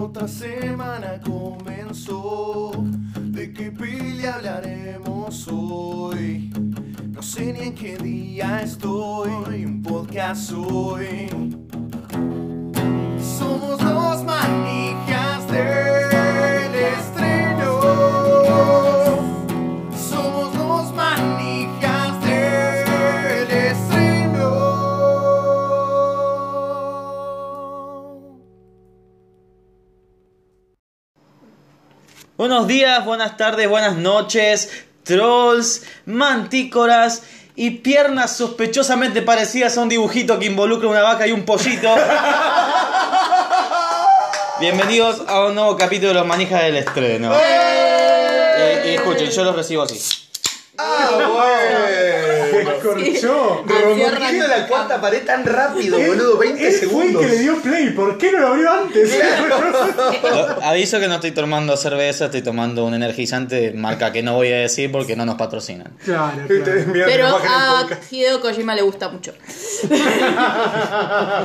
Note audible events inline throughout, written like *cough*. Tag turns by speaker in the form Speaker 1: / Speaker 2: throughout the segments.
Speaker 1: Otra semana comenzó. ¿De qué pile hablaremos hoy? No sé ni en qué día estoy. Un podcast hoy. Somos dos manijas del estreno. Somos dos manijas del estreno.
Speaker 2: Buenos días, buenas tardes, buenas noches, trolls, mantícoras y piernas sospechosamente parecidas a un dibujito que involucra una vaca y un pollito. Bienvenidos a un nuevo capítulo de los manijas del estreno. Eh, Y, escuchen, yo los recibo así.
Speaker 3: Escorchó.
Speaker 4: Rompiendo la cuarta pared tan rápido, boludo, 20
Speaker 3: Él fue el
Speaker 4: segundos.
Speaker 3: que le dio play. ¿Por qué no lo abrió antes?
Speaker 2: Lo- aviso que no estoy tomando cerveza, estoy tomando un energizante de marca que no voy a decir porque no nos patrocinan.
Speaker 3: claro, claro.
Speaker 4: Mira,
Speaker 5: Pero
Speaker 4: trabaja en un
Speaker 5: a
Speaker 4: podcast.
Speaker 5: Hideo Kojima le gusta mucho.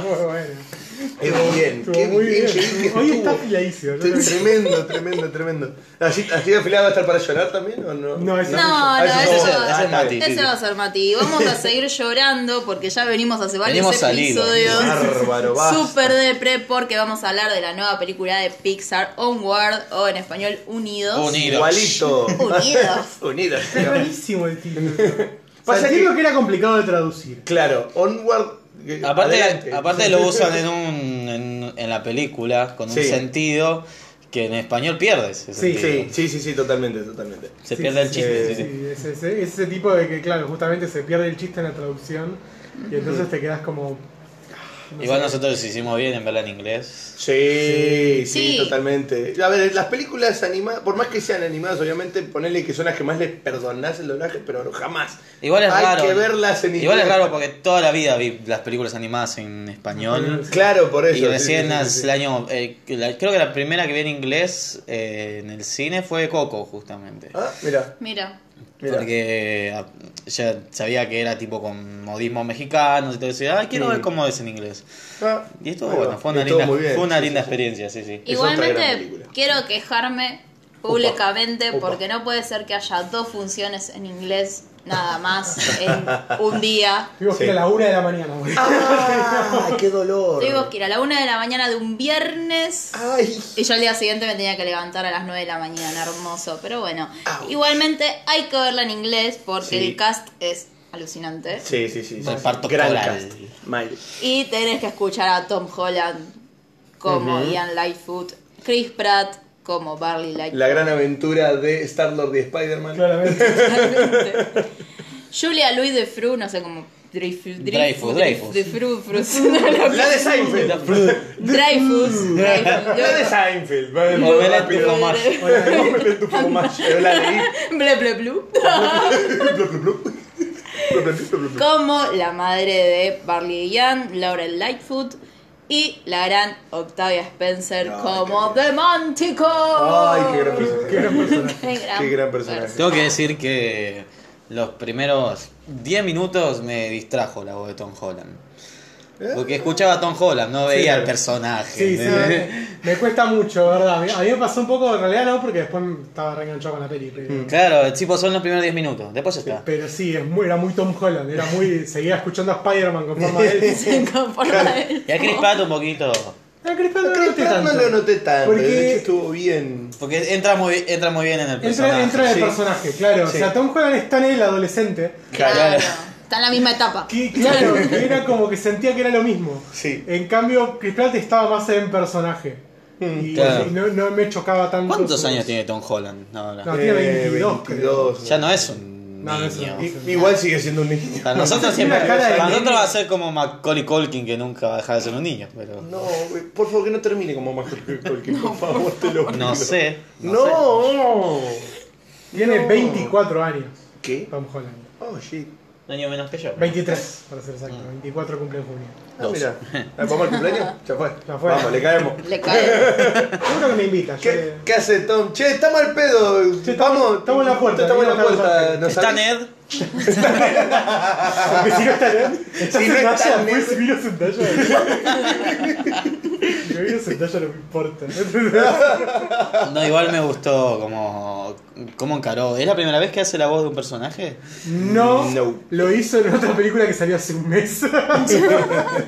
Speaker 3: Muy bueno.
Speaker 4: Qué bien,
Speaker 3: Estuvo
Speaker 4: qué
Speaker 3: muy
Speaker 4: bien,
Speaker 3: bien.
Speaker 4: qué bien que
Speaker 3: Hoy
Speaker 4: estuvo.
Speaker 3: está afiladísimo. yo
Speaker 4: Tre-
Speaker 3: creo
Speaker 4: Tremendo, tremendo, tremendo. ¿Así, así afilado va a estar para llorar también o no?
Speaker 3: No, ese-
Speaker 5: No, no,
Speaker 4: Ah, ese
Speaker 2: es-
Speaker 5: ese,
Speaker 2: ese es
Speaker 5: va,
Speaker 2: Mati, sí, sí.
Speaker 5: ese va a ser Mati. Vamos a seguir llorando porque ya venimos hace varios
Speaker 2: Venimos salidos.
Speaker 5: episodios.
Speaker 4: Bárbaro, basta.
Speaker 5: Super depre porque vamos a hablar de la nueva película de Pixar Onward o en español Unidos.
Speaker 2: Unidos.
Speaker 4: Igualito.
Speaker 5: Unidos.
Speaker 4: *laughs* Unidas.
Speaker 3: que- Es buenísimo el título.
Speaker 4: Pasa
Speaker 3: Entiendo
Speaker 4: que-
Speaker 3: que era complicado de traducir.
Speaker 4: Claro, Onward. eh,
Speaker 2: Aparte,
Speaker 4: adelante.
Speaker 2: aparte lo usan en, un, en, en la película con
Speaker 4: Sí.
Speaker 2: un sentido que en español pierdes. ese
Speaker 3: Sí,
Speaker 2: sentido.
Speaker 4: Sí, sí, sí, sí, totalmente, totalmente.
Speaker 2: Se
Speaker 3: Sí,
Speaker 2: pierde el
Speaker 3: sí,
Speaker 2: chiste.
Speaker 3: sí,
Speaker 2: sí, sí.
Speaker 3: sí, es ese, es ese tipo de que, claro, justamente se pierde el chiste en la traducción y entonces te quedas como. no
Speaker 2: Igual
Speaker 3: sé.
Speaker 2: nosotros hicimos bien en verdad en inglés.
Speaker 4: Sí, sí,
Speaker 5: Sí.
Speaker 4: totalmente. A ver, las películas animadas, por más que sean animadas, obviamente, ponele que son las que más les perdonás el doblaje, pero jamás.
Speaker 2: Igual es
Speaker 4: Hay
Speaker 2: raro.
Speaker 4: que verlas en
Speaker 2: Igual es
Speaker 4: inglés.
Speaker 2: raro porque toda la vida vi las películas animadas en español.
Speaker 4: Claro, por eso.
Speaker 2: Y
Speaker 4: sí,
Speaker 2: recién
Speaker 4: sí, sí,
Speaker 2: hace
Speaker 4: sí.
Speaker 2: el año. eh, la- creo que la primera que vi en inglés eh, en el cine fue Coco, justamente.
Speaker 4: Ah, mira,
Speaker 5: Mira.
Speaker 4: mira.
Speaker 2: Porque ah, ya sabía que era tipo con modismo mexicano y todo eso. y, Ay, quiero
Speaker 4: Mm.
Speaker 2: ver cómo es en inglés.
Speaker 4: Ah,
Speaker 2: Y esto,
Speaker 4: ahí va.
Speaker 2: bueno, fue una
Speaker 4: Estuvo
Speaker 2: linda,
Speaker 4: muy bien,
Speaker 2: fue una
Speaker 4: sí, sí,
Speaker 2: linda
Speaker 4: sí.
Speaker 2: experiencia, sí, sí.
Speaker 3: *laughs*
Speaker 4: Es otra gran
Speaker 5: Igualmente
Speaker 4: película.
Speaker 5: quiero quejarme públicamente
Speaker 4: Upa.
Speaker 5: porque no puede ser que haya dos funciones en inglés nada más en un día.
Speaker 3: Digo que
Speaker 4: Sí.
Speaker 3: a la una de la mañana, güey.
Speaker 4: Ah, qué dolor.
Speaker 5: Tuvimos que ir a la una de la mañana de un viernes.
Speaker 4: Ay.
Speaker 5: Y yo al día siguiente me tenía que levantar a las 9 de la mañana, hermoso. Pero bueno, igualmente hay que verla en inglés porque
Speaker 4: Sí.
Speaker 5: el cast es alucinante.
Speaker 4: Sí, sí, sí. sí.
Speaker 2: Reparto
Speaker 4: Gran
Speaker 2: coral.
Speaker 4: cast. Mal.
Speaker 5: Y tenés que escuchar a Tom Holland como Ian Lightfoot, Chris Pratt como Barley Lightfoot.
Speaker 4: La gran aventura de Star-Lord y Spider-Man.
Speaker 3: Claramente.
Speaker 5: Totalmente. Julia Louis de Fru, no sé cómo. Dreyfus.
Speaker 2: Dreyfus, Dreyfus.
Speaker 5: De Fru, Fru. no, no,
Speaker 4: La de Seinfeld. *laughs*
Speaker 5: Dreyfus.
Speaker 4: La de
Speaker 5: Dreyfus.
Speaker 4: Seinfeld. Va,
Speaker 2: Y
Speaker 4: va,
Speaker 2: Belén
Speaker 4: rápido.
Speaker 2: Tufo Mar.
Speaker 4: No me ven tu poco más. Yo la leí.
Speaker 5: *laughs* Ble, ble, blu.
Speaker 4: Blu, blu, blu. Blu, blu, blu, blu, blu.
Speaker 5: como la madre de Barley Young, Laurel Lightfoot, y la gran Octavia Spencer
Speaker 4: No,
Speaker 5: como
Speaker 4: qué
Speaker 5: The Mántico.
Speaker 4: Ay, qué gran personaje.
Speaker 3: Qué gran personaje.
Speaker 5: Qué gran,
Speaker 4: Qué
Speaker 5: *laughs*
Speaker 4: gran personaje.
Speaker 2: Tengo que decir que los primeros 10 minutos me distrajo la voz de Tom Holland. Porque escuchaba a Tom Holland, no veía
Speaker 4: claro.
Speaker 2: al personaje.
Speaker 3: ¿Eh? Sí, sí, me cuesta mucho, ¿verdad? A mí- A mí me pasó un poco, en realidad no, porque después estaba reenganchado con la peli. Pero,
Speaker 2: Mm, Claro, tipo, son los primeros 10 minutos, después ya está.
Speaker 3: pero sí, es muy, era muy Tom Holland, era muy. Seguía escuchando a Spider-Man con forma de él.
Speaker 5: Conforme a él.
Speaker 2: Y a Chris Pratt un poquito.
Speaker 3: A Ah, Chris Pratt no lo
Speaker 4: Creo
Speaker 3: noté
Speaker 4: que No
Speaker 3: tanto.
Speaker 4: lo noté tanto.
Speaker 3: Porque-
Speaker 4: de hecho estuvo bien.
Speaker 2: Porque entra muy, entra muy bien en el
Speaker 3: Entra,
Speaker 2: personaje.
Speaker 3: entra en el
Speaker 4: Sí.
Speaker 3: personaje, claro.
Speaker 4: Sí.
Speaker 3: O sea, Tom Holland está en él, adolescente.
Speaker 5: Claro. Está en la misma etapa.
Speaker 3: Que, claro, que era como que sentía que era lo mismo.
Speaker 4: Sí.
Speaker 3: En cambio, Chris Pratt estaba más en personaje.
Speaker 4: Mm,
Speaker 3: Y,
Speaker 2: Claro.
Speaker 3: y no, no me chocaba tanto.
Speaker 2: ¿Cuántos
Speaker 3: su-
Speaker 2: años tiene Tom Holland ahora?
Speaker 3: No,
Speaker 4: eh,
Speaker 3: tiene 22, creo.
Speaker 4: 22.
Speaker 2: Ya no es un
Speaker 3: No, no es un-
Speaker 2: niño.
Speaker 4: I- Igual sigue siendo un niño.
Speaker 2: Para nosotros
Speaker 3: Tiene
Speaker 2: siempre.
Speaker 3: una cara de
Speaker 2: Para
Speaker 3: nene.
Speaker 2: nosotros va a ser como Macaulay Culkin que nunca va a dejar de ser un niño, pero.
Speaker 4: No, güey, por favor, que no termine como más Tolkien, por favor, te lo pido.
Speaker 2: No sé. No, sé.
Speaker 4: No.
Speaker 3: Tiene
Speaker 4: No.
Speaker 3: 24 años,
Speaker 4: ¿Qué?
Speaker 3: Tom Holland.
Speaker 4: Oh, shit.
Speaker 2: Un año menos que yo.
Speaker 3: 23, para ser
Speaker 2: Mm.
Speaker 3: exacto. 24 cumple en junio.
Speaker 4: Ah, mira. ¿Vamos al cumpleaños? Ya fue.
Speaker 3: Ya fue.
Speaker 4: Vamos, le *laughs* caemos.
Speaker 5: Le cae.
Speaker 3: Seguro que me invita. yo
Speaker 4: ¿Qué,
Speaker 3: le-
Speaker 4: qué hace Tom? Che, está mal pedo.
Speaker 3: Sí, estamos-
Speaker 4: Vamos,
Speaker 3: estamos en la puerta,
Speaker 4: Estamos en la
Speaker 3: vamos a buscar
Speaker 4: puerta.
Speaker 3: los
Speaker 4: ¿no
Speaker 2: ¿Está
Speaker 4: sabes?
Speaker 2: Ned?
Speaker 3: Porque si no está
Speaker 4: *laughs*
Speaker 3: Ned, está
Speaker 4: Si no
Speaker 3: Zendaya,
Speaker 4: está Ned.
Speaker 3: pues, *laughs* si vino Zendaya. Si vino Zendaya no me importa.
Speaker 4: *laughs*
Speaker 2: No, igual me gustó como, cómo encaró. ¿Es la primera vez que hace la voz de un
Speaker 3: *laughs*
Speaker 2: personaje?
Speaker 3: No,
Speaker 4: No.
Speaker 3: lo hizo en otra película que salió hace
Speaker 4: *laughs*
Speaker 3: un mes.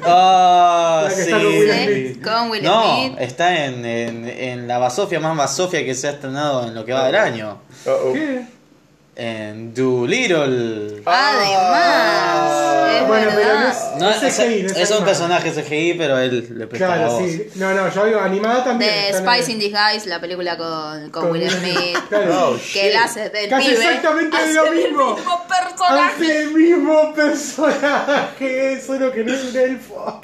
Speaker 2: Ah,
Speaker 3: La que
Speaker 2: sí.
Speaker 3: está con Will
Speaker 5: Smith. Con Will
Speaker 2: no, eh.
Speaker 5: Smith.
Speaker 2: está en, en, en la basofia más basofia que se ha estrenado en lo que va del año.
Speaker 4: Oh, oh.
Speaker 3: ¿Qué?
Speaker 2: En Doolittle.
Speaker 5: Ah,
Speaker 4: Ah.
Speaker 5: Además, es
Speaker 3: Bueno, pero no
Speaker 5: verdad.
Speaker 3: es-
Speaker 2: No,
Speaker 3: es
Speaker 2: es,
Speaker 3: CGI, no es
Speaker 2: es un
Speaker 3: animado.
Speaker 2: personaje CGI, pero él le presta la
Speaker 3: Claro,
Speaker 2: voz.
Speaker 3: sí. No, no, yo digo animada también.
Speaker 5: De
Speaker 3: está en-
Speaker 5: Spice in Disguise, la película con, con,
Speaker 3: Con
Speaker 5: Will
Speaker 3: Will
Speaker 5: Smith.
Speaker 3: Claro.
Speaker 4: Oh,
Speaker 5: que él hace del
Speaker 3: Casi
Speaker 5: pibe.
Speaker 3: exactamente
Speaker 5: hace
Speaker 3: lo
Speaker 5: del
Speaker 3: mismo.
Speaker 5: mismo personaje.
Speaker 3: Hace el mismo personaje, solo que no es un elfo.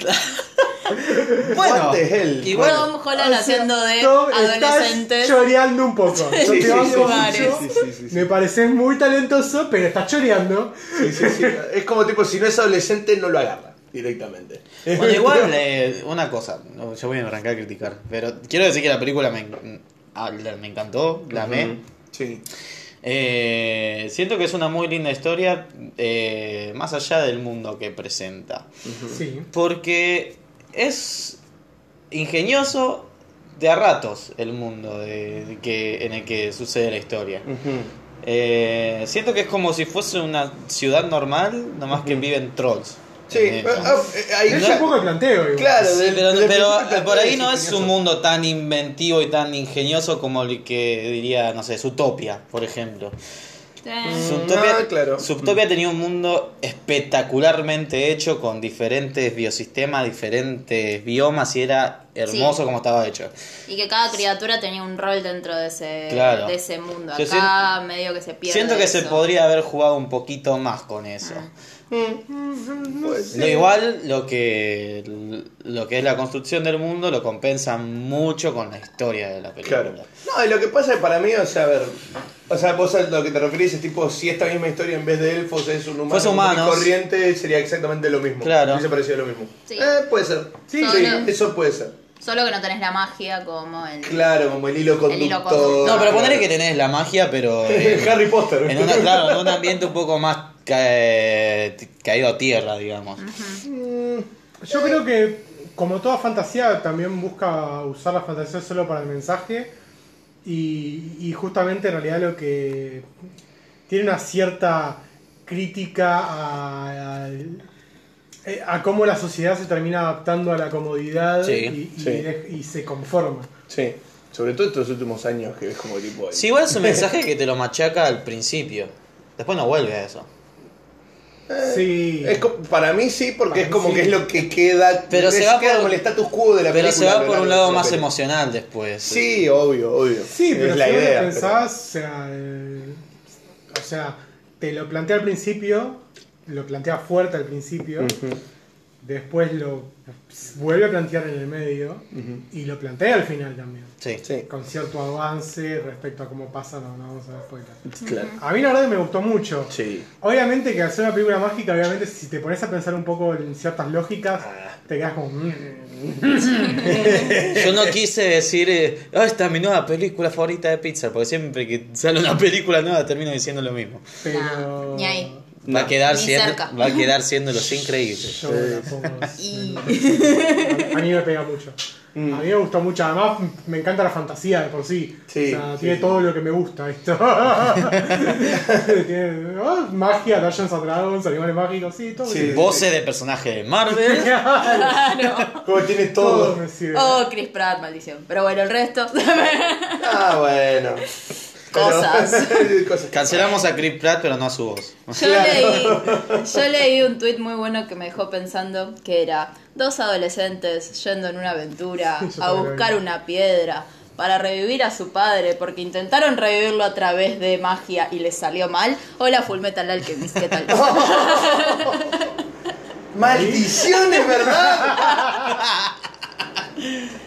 Speaker 2: Bueno,
Speaker 4: What the hell?
Speaker 2: igual
Speaker 5: Tom Holland haciendo de
Speaker 3: Tom,
Speaker 5: adolescente.
Speaker 3: Estás choreando un poco. Yo
Speaker 5: Sí,
Speaker 3: te banco
Speaker 5: sí,
Speaker 3: mucho.
Speaker 4: sí, sí, sí, sí.
Speaker 3: Me pareces muy talentoso, pero estás choreando.
Speaker 4: Sí, sí, sí. Es como tipo, si no es adolescente, no lo agarra directamente.
Speaker 2: Bueno, igual, eh, una cosa, no, yo voy a arrancar a criticar, pero quiero decir que la película me, en- ah, la- me encantó, la amé.
Speaker 4: Sí.
Speaker 2: Eh, siento que es una muy linda historia, eh, más allá del mundo que presenta.
Speaker 3: Sí.
Speaker 2: Porque es ingenioso de a ratos el mundo de, de que, en el que sucede la historia. Eh, siento que es como si fuese una ciudad normal, nomás que viven trolls.
Speaker 4: Sí,
Speaker 2: En
Speaker 4: ah,
Speaker 2: ella.
Speaker 4: ah, eh, ahí
Speaker 3: Es
Speaker 4: ya-
Speaker 3: un poco de planteo, igual.
Speaker 4: Claro,
Speaker 2: Sí,
Speaker 4: del-
Speaker 2: pero
Speaker 4: del
Speaker 2: pero
Speaker 4: principio
Speaker 2: por ahí no es
Speaker 4: ingenioso.
Speaker 2: un mundo tan inventivo y tan ingenioso como el que diría, no sé, Zootopia, por ejemplo.
Speaker 5: Sí.
Speaker 2: Zootopia,
Speaker 4: ah, claro.
Speaker 2: Zootopia tenía un mundo espectacularmente hecho con diferentes biosistemas, diferentes biomas y era hermoso
Speaker 5: Sí.
Speaker 2: como estaba hecho.
Speaker 5: Y que cada criatura tenía un rol dentro de ese,
Speaker 2: Claro.
Speaker 5: de ese mundo.
Speaker 2: Yo
Speaker 5: Acá medio que se pierde.
Speaker 2: Siento que se
Speaker 5: eso. Ah.
Speaker 2: podría haber jugado un poquito más con eso.
Speaker 4: Pues,
Speaker 2: Lo igual, lo que, lo que es la construcción del mundo lo compensa mucho con la historia de la película.
Speaker 4: Claro. No, y lo que pasa es que para mí, o sea, a ver. O sea, vos a lo que te referís es tipo, si esta misma historia en vez de elfos es un humano
Speaker 2: Fuese
Speaker 4: común y
Speaker 2: humanos.
Speaker 4: corriente, sería exactamente lo mismo.
Speaker 2: Claro.
Speaker 4: Hubiese parecido lo mismo.
Speaker 5: Sí.
Speaker 4: Eh, puede ser.
Speaker 5: Sí,
Speaker 4: sí,
Speaker 5: no.
Speaker 4: eso puede ser.
Speaker 5: Solo que no tenés la magia como el.
Speaker 4: Claro, como el hilo conductor.
Speaker 5: El hilo conductor.
Speaker 2: No, pero ponele que
Speaker 4: Claro.
Speaker 2: tenés la magia, pero eh, en,
Speaker 4: *laughs* Harry Potter.
Speaker 2: en una- claro, en un ambiente un poco más ca- caído a tierra, digamos.
Speaker 3: Yo creo que, como toda fantasía, también busca usar la fantasía solo para el mensaje. Y, y justamente, en realidad, lo que tiene una cierta crítica a, al- eh, a cómo la sociedad se termina adaptando a la comodidad
Speaker 2: Sí,
Speaker 3: y, y
Speaker 4: sí.
Speaker 3: de- y se conforma.
Speaker 4: Sí. Sobre todo estos últimos años que ves como tipo.
Speaker 2: Sí, igual es un mensaje que te lo machaca al principio. Después no vuelve a eso.
Speaker 3: Sí.
Speaker 4: Es co- para mí sí, porque
Speaker 3: Para
Speaker 4: es
Speaker 3: mí
Speaker 4: como
Speaker 3: sí.
Speaker 4: que es lo que queda.
Speaker 2: Pero se
Speaker 4: es-
Speaker 2: va
Speaker 4: queda
Speaker 2: por-
Speaker 4: como el status quo de la
Speaker 2: Pero se
Speaker 4: película.
Speaker 2: va
Speaker 4: a lo
Speaker 2: por un
Speaker 4: largo de
Speaker 2: lado
Speaker 4: la
Speaker 2: más
Speaker 4: película.
Speaker 2: emocional después.
Speaker 4: Sí, obvio, obvio.
Speaker 3: Sí, pero
Speaker 4: es la
Speaker 3: si vos lo
Speaker 4: idea.
Speaker 3: pensás, o sea, eh, o sea, te lo plantea al principio, lo plantea fuerte al principio, después lo vuelve a plantear en el medio y lo plantea al final también,
Speaker 2: Sí.
Speaker 4: Sí,
Speaker 3: con cierto avance respecto a cómo pasa, no, no vamos a dar spoilers.
Speaker 4: claro.
Speaker 3: A mí la verdad que me gustó mucho.
Speaker 4: Sí.
Speaker 3: Obviamente que hacer una película mágica, obviamente si te pones a pensar un poco en ciertas lógicas,
Speaker 4: Ah.
Speaker 3: te quedas como... "Mm".
Speaker 2: Yo no quise decir, eh, "Ah, esta es mi nueva película favorita de Pixar, porque siempre que sale una película nueva termino diciendo lo mismo.
Speaker 3: Pero...
Speaker 5: ni ahí.
Speaker 2: Va a quedar,
Speaker 5: Ni
Speaker 2: siendo,
Speaker 5: cerca.
Speaker 2: va a quedar siendo los increíbles.
Speaker 3: Yo la
Speaker 4: *laughs*
Speaker 3: pongo-
Speaker 5: Y.
Speaker 3: A mí me pega mucho.
Speaker 4: Mm.
Speaker 3: A mí me gustó mucho. Además, me encanta la fantasía de por sí.
Speaker 4: Sí,
Speaker 3: o sea,
Speaker 4: sí,
Speaker 3: tiene
Speaker 4: sí.
Speaker 3: todo lo que me
Speaker 4: *laughs*
Speaker 3: gusta esto. tiene ah, magia, Dungeons and Dragons, animales mágicos, sí, todo.
Speaker 4: Sí.
Speaker 2: Voces de personaje de Marvel.
Speaker 5: Claro.
Speaker 4: Como tiene
Speaker 3: Todo
Speaker 4: todo.
Speaker 3: me sirve.
Speaker 5: Oh, Chris Pratt, maldición. Pero bueno, el resto. *laughs*
Speaker 4: Ah, bueno. Pero-
Speaker 5: Cosas.
Speaker 4: *laughs* Cosas.
Speaker 2: Cancelamos a Chris Pratt, pero no a su voz.
Speaker 5: Yo, leí,
Speaker 4: *laughs*
Speaker 5: yo leí un tuit muy bueno que me dejó pensando que era dos adolescentes yendo en
Speaker 4: *laughs*
Speaker 5: una aventura
Speaker 3: Yo
Speaker 5: a
Speaker 3: también lo
Speaker 5: buscar
Speaker 3: vi.
Speaker 5: una piedra para revivir a su padre porque intentaron revivirlo a través de magia y les salió mal. Hola Fullmetal Alchemist, ¿qué tal?
Speaker 4: *laughs* Maldiciones, ¿verdad?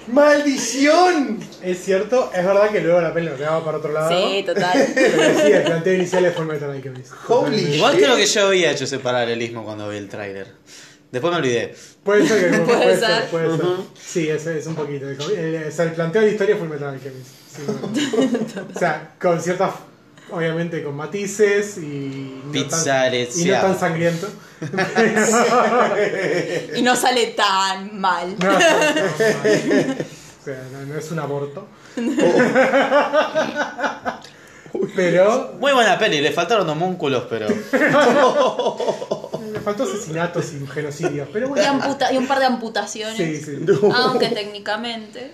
Speaker 4: ¡Maldición!
Speaker 3: Es cierto, es verdad que luego la peli nos llevaba para otro lado.
Speaker 5: Sí, total.
Speaker 3: Pero sí, el planteo inicial es Fullmetal Alchemist.
Speaker 4: Holy
Speaker 2: Igual creo que yo había hecho ese paralelismo cuando vi el tráiler. Después me olvidé.
Speaker 3: Puede ser que
Speaker 5: Puede
Speaker 3: puede, ser,
Speaker 5: ser.
Speaker 3: puede ser. Sí, es, es un poquito. de co- el- o sea, el planteo de la historia fue el Metal Alchemist. sí, bueno. o sea, con ciertas. Obviamente con matices y. no tan-
Speaker 2: Pizzares,
Speaker 3: y no
Speaker 2: ya.
Speaker 3: tan sangriento.
Speaker 5: Y no sale tan mal.
Speaker 3: No, *laughs* no, no, no. O sea, no, no es un aborto. *laughs* Pero
Speaker 2: Muy buena peli, le faltaron homúnculos, pero.
Speaker 3: le faltó asesinatos y genocidios. Pero
Speaker 5: Y,
Speaker 3: bueno.
Speaker 5: amputa- y un par de amputaciones.
Speaker 3: Sí, sí.
Speaker 5: Aunque técnicamente.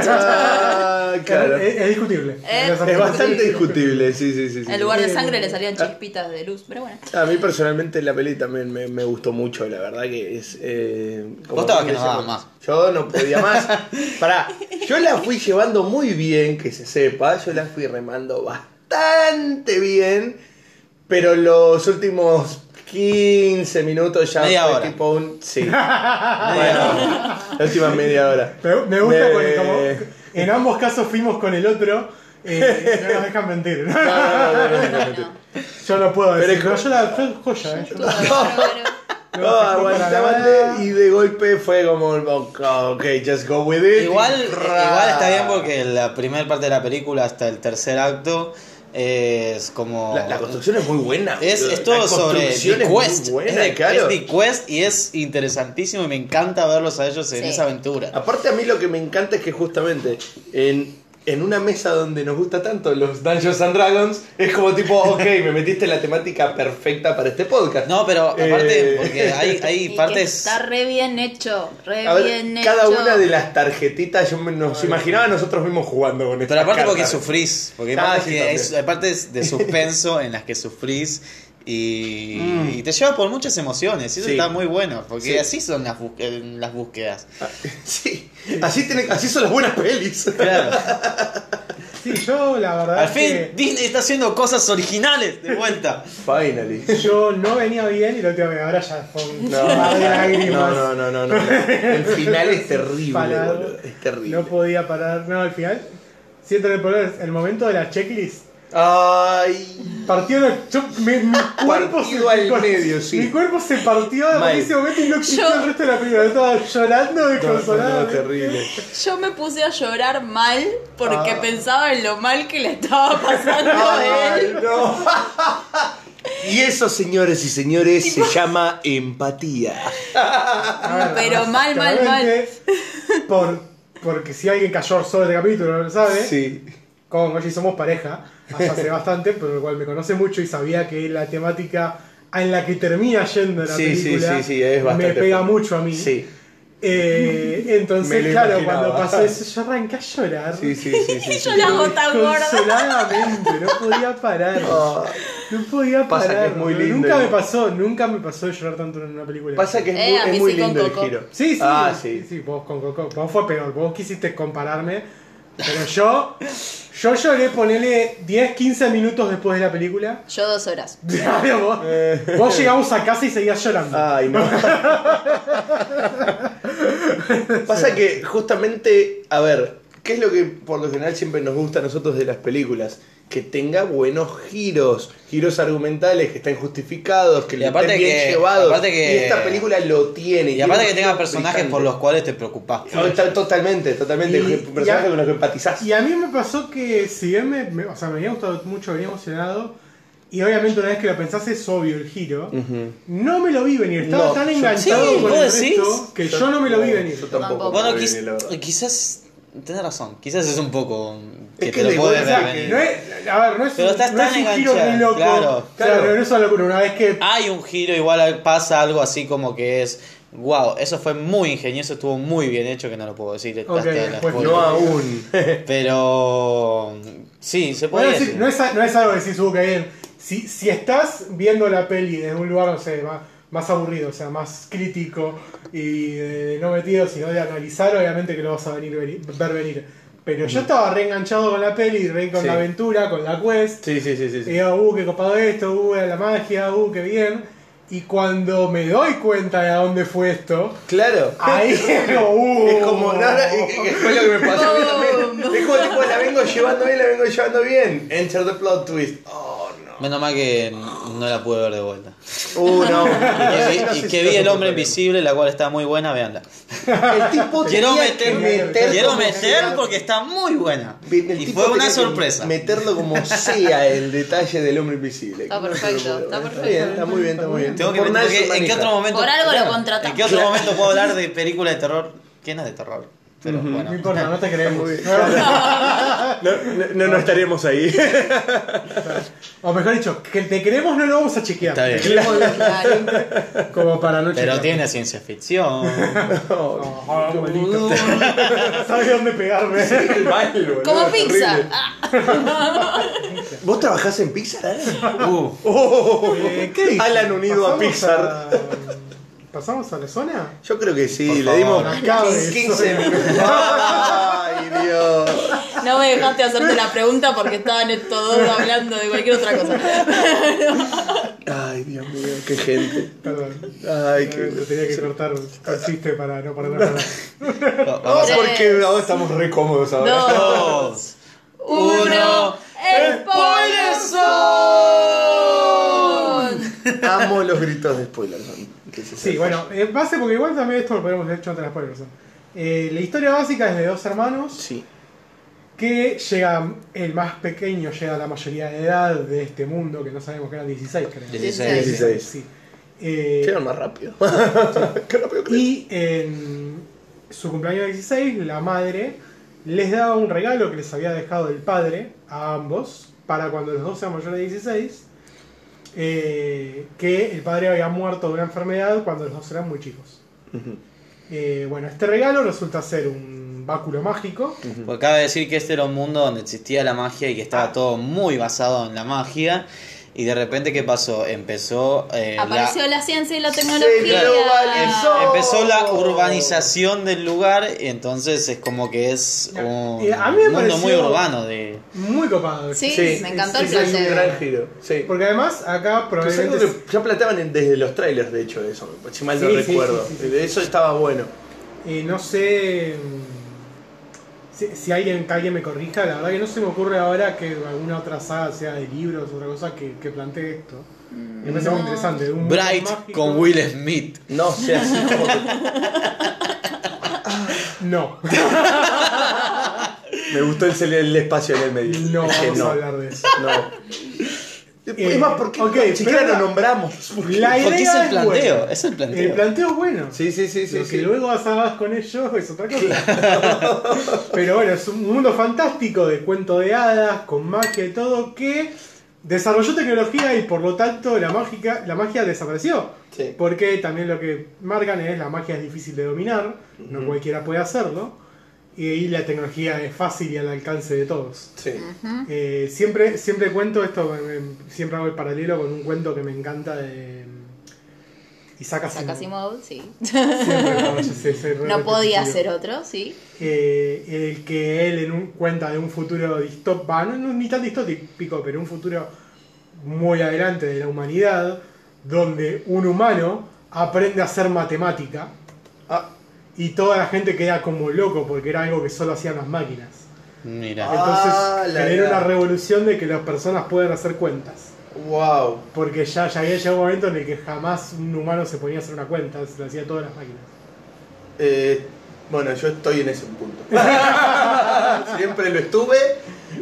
Speaker 4: Ah, claro.
Speaker 3: Es, es discutible.
Speaker 5: Eh,
Speaker 4: Es
Speaker 3: Las
Speaker 4: bastante
Speaker 3: amputaciones-
Speaker 4: discutible, sí, sí, sí. Ah. sí.
Speaker 5: En lugar de sangre le salían chispitas de luz. Pero bueno.
Speaker 4: A mí personalmente la peli también me, me gustó mucho, la verdad que es... Eh,
Speaker 2: Vos estabas que
Speaker 4: decíamos,
Speaker 2: no dabas más.
Speaker 4: Yo no podía
Speaker 2: *laughs*
Speaker 4: más. Pará, yo la fui llevando muy bien, que se sepa, yo la fui remando bastante bien, pero los últimos 15 minutos ya
Speaker 2: Media
Speaker 4: fue
Speaker 2: hora.
Speaker 4: tipo un...
Speaker 2: *laughs*
Speaker 4: Sí. Ah, bueno, la última media hora.
Speaker 3: Me, me gusta
Speaker 4: Me-
Speaker 3: cuando como en ambos casos fuimos con el otro,
Speaker 4: *laughs*
Speaker 3: eh, no nos dejan mentir.
Speaker 4: *laughs* No, no, no, no, no, no, no.
Speaker 5: bueno.
Speaker 3: Yo no puedo
Speaker 4: Pero
Speaker 3: decir.
Speaker 4: es
Speaker 3: no,
Speaker 4: que-
Speaker 3: yo la yo joya, eh. yo
Speaker 4: No,
Speaker 3: la- la saco para nada.
Speaker 4: aguantaban y de golpe fue como, ok, just go with it.
Speaker 2: Igual, eh,
Speaker 4: Y
Speaker 2: igual está bien porque la primera parte de la película hasta el tercer acto es como.
Speaker 4: La, la construcción es muy buena.
Speaker 2: Es,
Speaker 4: boludo.
Speaker 2: es todo
Speaker 4: La
Speaker 2: sobre
Speaker 4: construcción
Speaker 2: The
Speaker 4: es muy
Speaker 2: Quest.
Speaker 4: buena,
Speaker 2: es, de- es
Speaker 4: claro.
Speaker 2: The Quest y es interesantísimo y me encanta verlos a ellos en
Speaker 5: Sí.
Speaker 2: esa aventura.
Speaker 4: Aparte a mí lo que me encanta es que justamente en, en una mesa donde nos gusta tanto los Dungeons and Dragons, es como
Speaker 2: *laughs*
Speaker 4: tipo, ok, me metiste en la temática perfecta para este podcast.
Speaker 2: No, pero aparte,
Speaker 4: Eh.
Speaker 2: porque hay, hay
Speaker 5: *laughs* Y que
Speaker 2: partes.
Speaker 5: Está re bien hecho. Re
Speaker 4: A ver,
Speaker 5: bien hecho.
Speaker 4: cada una de las tarjetitas yo me- nos imaginaba a nosotros mismos jugando con
Speaker 2: Pero
Speaker 4: estas
Speaker 2: aparte porque
Speaker 4: cartas.
Speaker 2: sufrís, porque hay
Speaker 4: Ah,
Speaker 2: partes,
Speaker 4: sí,
Speaker 2: que-
Speaker 4: también.
Speaker 2: es- hay partes
Speaker 4: *laughs*
Speaker 2: de suspenso en las que sufrís y, y te lleva por muchas emociones, y eso
Speaker 4: Mm. Sí.
Speaker 2: está muy bueno, porque
Speaker 4: Sí.
Speaker 2: así son las, bus- en las búsquedas.
Speaker 4: *laughs* Sí, así, tiene- así son las buenas
Speaker 2: *laughs*
Speaker 4: pelis.
Speaker 2: Claro.
Speaker 3: Sí, yo la verdad
Speaker 2: Al
Speaker 3: es
Speaker 2: fin
Speaker 3: que
Speaker 2: Disney está haciendo cosas originales de vuelta.
Speaker 4: Finally.
Speaker 3: yo no venía bien y lo tengo que ahora ya fue
Speaker 4: *laughs*
Speaker 3: un *laughs*
Speaker 4: No,
Speaker 3: mar de lágrimas.
Speaker 4: no, no, no, no, no. El final es terrible,
Speaker 3: Parado.
Speaker 4: boludo. Es terrible.
Speaker 3: No podía parar. No, al final. Siento que el problema es el momento de la checklist.
Speaker 4: Ay.
Speaker 3: Partió la- yo- mi, mi cuerpo
Speaker 4: Partido al
Speaker 3: cor-
Speaker 4: medio, sí.
Speaker 3: Mi cuerpo se partió en
Speaker 4: Mal.
Speaker 3: ese momento y no existió
Speaker 5: Yo-
Speaker 3: el resto de la película. Estaba llorando
Speaker 4: No, no,
Speaker 3: desconsolado.
Speaker 4: no, terrible.
Speaker 5: Yo me puse a llorar mal porque
Speaker 4: Ah.
Speaker 5: pensaba en lo mal que le
Speaker 4: *laughs*
Speaker 5: estaba pasando a
Speaker 4: Ay,
Speaker 5: él.
Speaker 4: no. Y eso, señores y señores, se llama empatía.
Speaker 3: Ah,
Speaker 5: Pero mal, mal,
Speaker 3: básicamente, Por, porque si alguien cayó solo este capítulo, no lo sabe.
Speaker 4: Sí.
Speaker 3: Como Mochi somos pareja, hasta hace bastante, pero el cual me conoce mucho y sabía que la temática en la que termina yendo la
Speaker 4: Sí, sí,
Speaker 3: película
Speaker 4: sí, sí, es
Speaker 3: me
Speaker 4: bastante
Speaker 3: pega
Speaker 4: fuerte.
Speaker 3: mucho a mí.
Speaker 4: Sí.
Speaker 3: Eh,
Speaker 4: *laughs* Me
Speaker 3: entonces,
Speaker 4: lo
Speaker 3: claro,
Speaker 4: imaginaba.
Speaker 3: cuando pasó
Speaker 4: *laughs*
Speaker 3: eso, yo arranqué a llorar.
Speaker 4: Sí, sí, sí,
Speaker 3: *laughs*
Speaker 4: sí. sí.
Speaker 5: Yo la gota gorda.
Speaker 3: Desconsoladamente, no podía
Speaker 4: *laughs*
Speaker 3: parar.
Speaker 4: Ah,
Speaker 3: No podía
Speaker 4: Pasa que
Speaker 3: parar.
Speaker 4: es muy
Speaker 3: no,
Speaker 4: lindo,
Speaker 3: Nunca
Speaker 4: ¿no?
Speaker 3: me pasó, nunca me pasó de llorar tanto en una película.
Speaker 4: Pasa que es
Speaker 5: Eh, a
Speaker 4: muy,
Speaker 5: mí
Speaker 4: es muy
Speaker 5: sí, con
Speaker 4: lindo el
Speaker 5: Coco.
Speaker 4: giro.
Speaker 3: Sí, sí.
Speaker 4: Ah,
Speaker 3: sí.
Speaker 4: sí.
Speaker 3: sí, vos con Coco. Vos fue peor. Vos quisiste compararme. Pero yo. Yo lloré, ponele 10, 15 minutos después de la película. *laughs*
Speaker 5: Yo dos horas.
Speaker 3: Claro, vos,
Speaker 2: Eh.
Speaker 3: vos llegamos a casa y seguías llorando.
Speaker 2: Ah. *laughs*
Speaker 4: Ay, no. Pasa que justamente, a ver, ¿qué es lo que por lo general siempre nos gusta a nosotros de las películas? Que tenga buenos giros, giros argumentales, que estén justificados, que
Speaker 2: Y
Speaker 4: le
Speaker 2: aparte
Speaker 4: estén bien
Speaker 2: que-
Speaker 4: llevados.
Speaker 2: aparte que-
Speaker 4: y esta película lo tiene.
Speaker 2: Y
Speaker 4: tiene
Speaker 2: aparte
Speaker 4: un
Speaker 2: que
Speaker 4: giro
Speaker 2: tenga personajes por los
Speaker 4: brillante.
Speaker 2: cuales te preocupás.
Speaker 4: No, está- Totalmente, totalmente.
Speaker 3: Y-
Speaker 4: personajes
Speaker 3: y a-
Speaker 4: con los que empatizás.
Speaker 3: Y a mí me pasó que, si bien me, me- o sea, me había gustado mucho, me había emocionado, y obviamente una vez que lo pensás es obvio el giro, no me lo vi venir. Estaba
Speaker 4: No,
Speaker 3: tan
Speaker 4: yo-
Speaker 3: enganchado
Speaker 2: Mm. Sí,
Speaker 3: con
Speaker 2: ¿vos
Speaker 3: el
Speaker 2: decís?
Speaker 3: resto que yo, no me lo vi venir.
Speaker 4: Yo tampoco.
Speaker 5: Tampoco.
Speaker 2: Bueno,
Speaker 4: me lo vi
Speaker 2: quiz-
Speaker 4: venir, la verdad.
Speaker 2: quizás. Tenés razón, quizás es un poco.
Speaker 4: Es
Speaker 2: que
Speaker 4: que
Speaker 2: te lo
Speaker 4: de
Speaker 2: podés
Speaker 4: golpe
Speaker 2: ver
Speaker 4: que-
Speaker 2: venir.
Speaker 3: No es, a ver, no es,
Speaker 2: Pero estás
Speaker 3: no
Speaker 2: tan
Speaker 3: es un giro
Speaker 2: enganchado,
Speaker 3: ni loco.
Speaker 2: claro,
Speaker 4: claro.
Speaker 3: no es una locura. Una vez que
Speaker 2: hay un giro, igual pasa algo así como que es, wow, eso fue muy ingenioso, estuvo muy bien hecho, que no lo puedo decir.
Speaker 3: Ok,
Speaker 2: hasta Este, la
Speaker 3: después
Speaker 2: spoiler.
Speaker 4: pues No aún.
Speaker 2: Pero sí, se puede
Speaker 3: Bueno, sí,
Speaker 2: decir.
Speaker 3: no, es, a- no es algo que decís, uh, qué bien. Si, si estás viendo la peli desde un lugar, no sé, más, más aburrido, o sea, más crítico y de no metido, sino de analizar, obviamente que lo vas a venir, veni- ver venir. Pero yo estaba reenganchado con la peli, re con
Speaker 4: Sí.
Speaker 3: la aventura, con la quest. Eh,
Speaker 4: Sí, sí, sí, sí. sí.
Speaker 3: Y digo, uh, qué copado esto, uh, la magia, uh, qué bien. Y cuando me doy cuenta de a dónde fue esto,
Speaker 4: Claro.
Speaker 3: ahí es como, uh,
Speaker 4: Ah. Es como, no, no, es- es- fue lo que me pasó a mí también. Es como, tipo, la vengo llevando bien, la vengo llevando bien. Enter the plot twist. Oh, no.
Speaker 2: Menos mal que no la pude ver de
Speaker 4: *laughs*
Speaker 2: vuelta.
Speaker 4: Uh, no.
Speaker 2: Y que vi,
Speaker 4: No
Speaker 2: y
Speaker 4: sé si
Speaker 2: que
Speaker 4: eso
Speaker 2: vi
Speaker 4: es
Speaker 2: El
Speaker 4: un
Speaker 2: Hombre
Speaker 4: problema.
Speaker 2: Invisible, la cual está muy buena, veanla.
Speaker 4: El tipo
Speaker 2: Quiero
Speaker 4: tenía que
Speaker 2: meter,
Speaker 4: meter
Speaker 2: quiero
Speaker 4: como sea-
Speaker 2: meter porque está muy buena.
Speaker 4: El
Speaker 2: Y
Speaker 4: tipo
Speaker 2: fue una
Speaker 4: tenía que
Speaker 2: sorpresa.
Speaker 4: Meterlo como sea el detalle del hombre invisible.
Speaker 5: Está perfecto, está perfecto.
Speaker 4: bien, está muy bien, está muy bien.
Speaker 2: Tengo que
Speaker 4: Por
Speaker 2: meter-
Speaker 4: nada
Speaker 2: porque
Speaker 4: se
Speaker 2: ¿En qué
Speaker 4: maneja.
Speaker 2: otro momento?
Speaker 5: Por algo lo
Speaker 2: ¿En qué
Speaker 5: contratamos.
Speaker 2: otro momento puedo hablar de películas de terror? Que no es de terror? Pero
Speaker 3: no
Speaker 2: bueno.
Speaker 3: importa, no te creemos. *laughs*
Speaker 4: No, no, no, no estaríamos ahí.
Speaker 3: O mejor dicho, que te queremos no lo vamos a chequear.
Speaker 2: Está bien.
Speaker 3: Te queremos
Speaker 5: Claro.
Speaker 3: *laughs* como para no
Speaker 2: Pero
Speaker 3: chequear.
Speaker 2: tiene ciencia ficción.
Speaker 3: *laughs*
Speaker 4: No.
Speaker 3: Oh, maldito. *laughs* Sabes dónde pegarme.
Speaker 4: Mal, boludo,
Speaker 5: Como
Speaker 4: terrible.
Speaker 5: pizza. Ah,
Speaker 4: ¿Vos trabajás en Pixar? eh? Alan?
Speaker 2: Uh,
Speaker 4: Oh,
Speaker 3: Eh, ¿qué dije?
Speaker 4: Alan unido a
Speaker 3: ¿Pasamos
Speaker 4: Pixar.
Speaker 3: a- ¿Pasamos a la zona?
Speaker 4: Yo creo que sí,
Speaker 2: Por
Speaker 4: le dimos
Speaker 2: favor.
Speaker 3: Acabo de-
Speaker 4: 15 *laughs* minutos. *laughs* Ay, Dios.
Speaker 5: no me dejaste hacerte la pregunta porque estaban estos dos hablando de cualquier otra cosa.
Speaker 4: Ay, Dios mío, qué gente.
Speaker 3: *laughs* Perdón.
Speaker 4: Ay, qué.
Speaker 3: Lo tenía que cortar el chiste para no
Speaker 4: *laughs*
Speaker 3: perder nada.
Speaker 4: No,
Speaker 2: vamos a-
Speaker 4: porque ahora estamos re cómodos ahora.
Speaker 5: Dos,
Speaker 2: Dos.
Speaker 5: uno, spoiler zone.
Speaker 4: Amo los gritos de spoilers. Que se
Speaker 3: Sí,
Speaker 4: sepa.
Speaker 3: bueno, eh, en base, porque igual también esto lo podemos haber hecho antes de las spoilers. ¿no? Eh, la historia básica es de dos hermanos
Speaker 4: Sí.
Speaker 3: que llegan, el más pequeño llega a la mayoría de edad de este mundo, que no sabemos que eran 16, creo.
Speaker 2: 16.
Speaker 4: 16.
Speaker 3: Sí. Eh,
Speaker 4: Llegan más rápido. *laughs* qué rápido que-
Speaker 3: Y en su cumpleaños 16, la madre les daba un regalo que les había dejado el padre a ambos para cuando los dos sean mayores de 16, eh, que el padre había muerto de una enfermedad cuando los dos eran muy chicos.
Speaker 4: Ujú.
Speaker 3: Eh, bueno, este regalo resulta ser un báculo mágico.
Speaker 2: Porque cabe decir que este era un mundo donde existía la magia y que estaba todo muy basado en la magia. Y de repente, ¿qué pasó? Empezó, eh, la,
Speaker 5: Apareció la ciencia y la
Speaker 4: Se
Speaker 5: tecnología.
Speaker 4: globalizó.
Speaker 2: empezó la urbanización del lugar. Y entonces es como que es
Speaker 3: Ya.
Speaker 2: un
Speaker 3: Eh, a mí me
Speaker 2: mundo muy
Speaker 3: pareció-
Speaker 2: urbano. de
Speaker 3: Muy copado.
Speaker 5: Sí,
Speaker 4: Sí,
Speaker 5: me encantó el
Speaker 4: Sí, hay un gran
Speaker 5: proyecto.
Speaker 4: giro. Sí.
Speaker 3: Porque además acá
Speaker 4: Que es algo
Speaker 3: probablemente...
Speaker 4: que ya planteaban en- desde los trailers, de hecho, eso, si mal no
Speaker 3: Sí, sí,
Speaker 4: recuerdo.
Speaker 3: sí, sí,
Speaker 4: Eso estaba bueno.
Speaker 3: Eh, no sé mm, si, si alguien, que alguien me corrija, la verdad que no se me ocurre ahora que alguna otra saga sea de libros o otra cosa que, que plantee esto. Me parece muy
Speaker 5: no.
Speaker 3: interesante. de un mundo
Speaker 2: Bright
Speaker 3: mágico.
Speaker 2: con Will Smith.
Speaker 4: No sé, así como que-
Speaker 3: *laughs* No,
Speaker 4: *laughs* Me gustó el, cel- el espacio en el medio.
Speaker 3: no
Speaker 4: Es que
Speaker 3: vamos
Speaker 4: no,
Speaker 3: a hablar de eso. *laughs*
Speaker 4: No.
Speaker 3: Eh,
Speaker 4: es más, ¿por qué
Speaker 3: ok,
Speaker 4: ni siquiera
Speaker 3: pero-
Speaker 4: lo nombramos? ¿Por qué?
Speaker 3: La idea
Speaker 2: Porque es el planteo,
Speaker 3: buena.
Speaker 2: es el planteo.
Speaker 3: El planteo es bueno.
Speaker 4: Sí, sí, sí, sí.
Speaker 3: Lo que
Speaker 4: sí.
Speaker 3: luego hagas con ellos es otra cosa. *laughs* Pero bueno, es un mundo fantástico de cuento de hadas, con magia y todo, que desarrolló tecnología y por lo tanto la, mágica, la magia desapareció.
Speaker 4: Sí.
Speaker 3: Porque también lo que marcan es la magia es difícil de dominar, no cualquiera puede hacerlo, y, y la tecnología es fácil y al alcance de todos.
Speaker 4: Sí.
Speaker 3: Eh, siempre, siempre cuento esto, me- me- siempre hago el paralelo con un cuento que me encanta de mm, Isaac Asimov.
Speaker 5: Sacasimod, sí.
Speaker 3: Siempre, como yo sé, soy re
Speaker 5: No podía
Speaker 3: repetitivo.
Speaker 5: ser otro, sí.
Speaker 4: *laughs*
Speaker 3: Eh, en el que él en un, cuenta de un futuro distópico, no, no, ni tan distópico, pero un futuro muy adelante de la humanidad, donde un humano aprende a hacer matemática
Speaker 4: Ah,
Speaker 3: y toda la gente queda como loco porque era algo que solo hacían las máquinas.
Speaker 2: Mira.
Speaker 4: Ah,
Speaker 3: Entonces
Speaker 4: la
Speaker 3: genera
Speaker 4: gran.
Speaker 3: una revolución de que las personas pueden hacer cuentas.
Speaker 4: wow.
Speaker 3: Porque ya, ya había llegado un momento en el que jamás un humano se ponía a hacer una cuenta, se lo hacía todas las máquinas.
Speaker 4: Eh, bueno, yo estoy en ese *laughs* punto. Siempre lo estuve,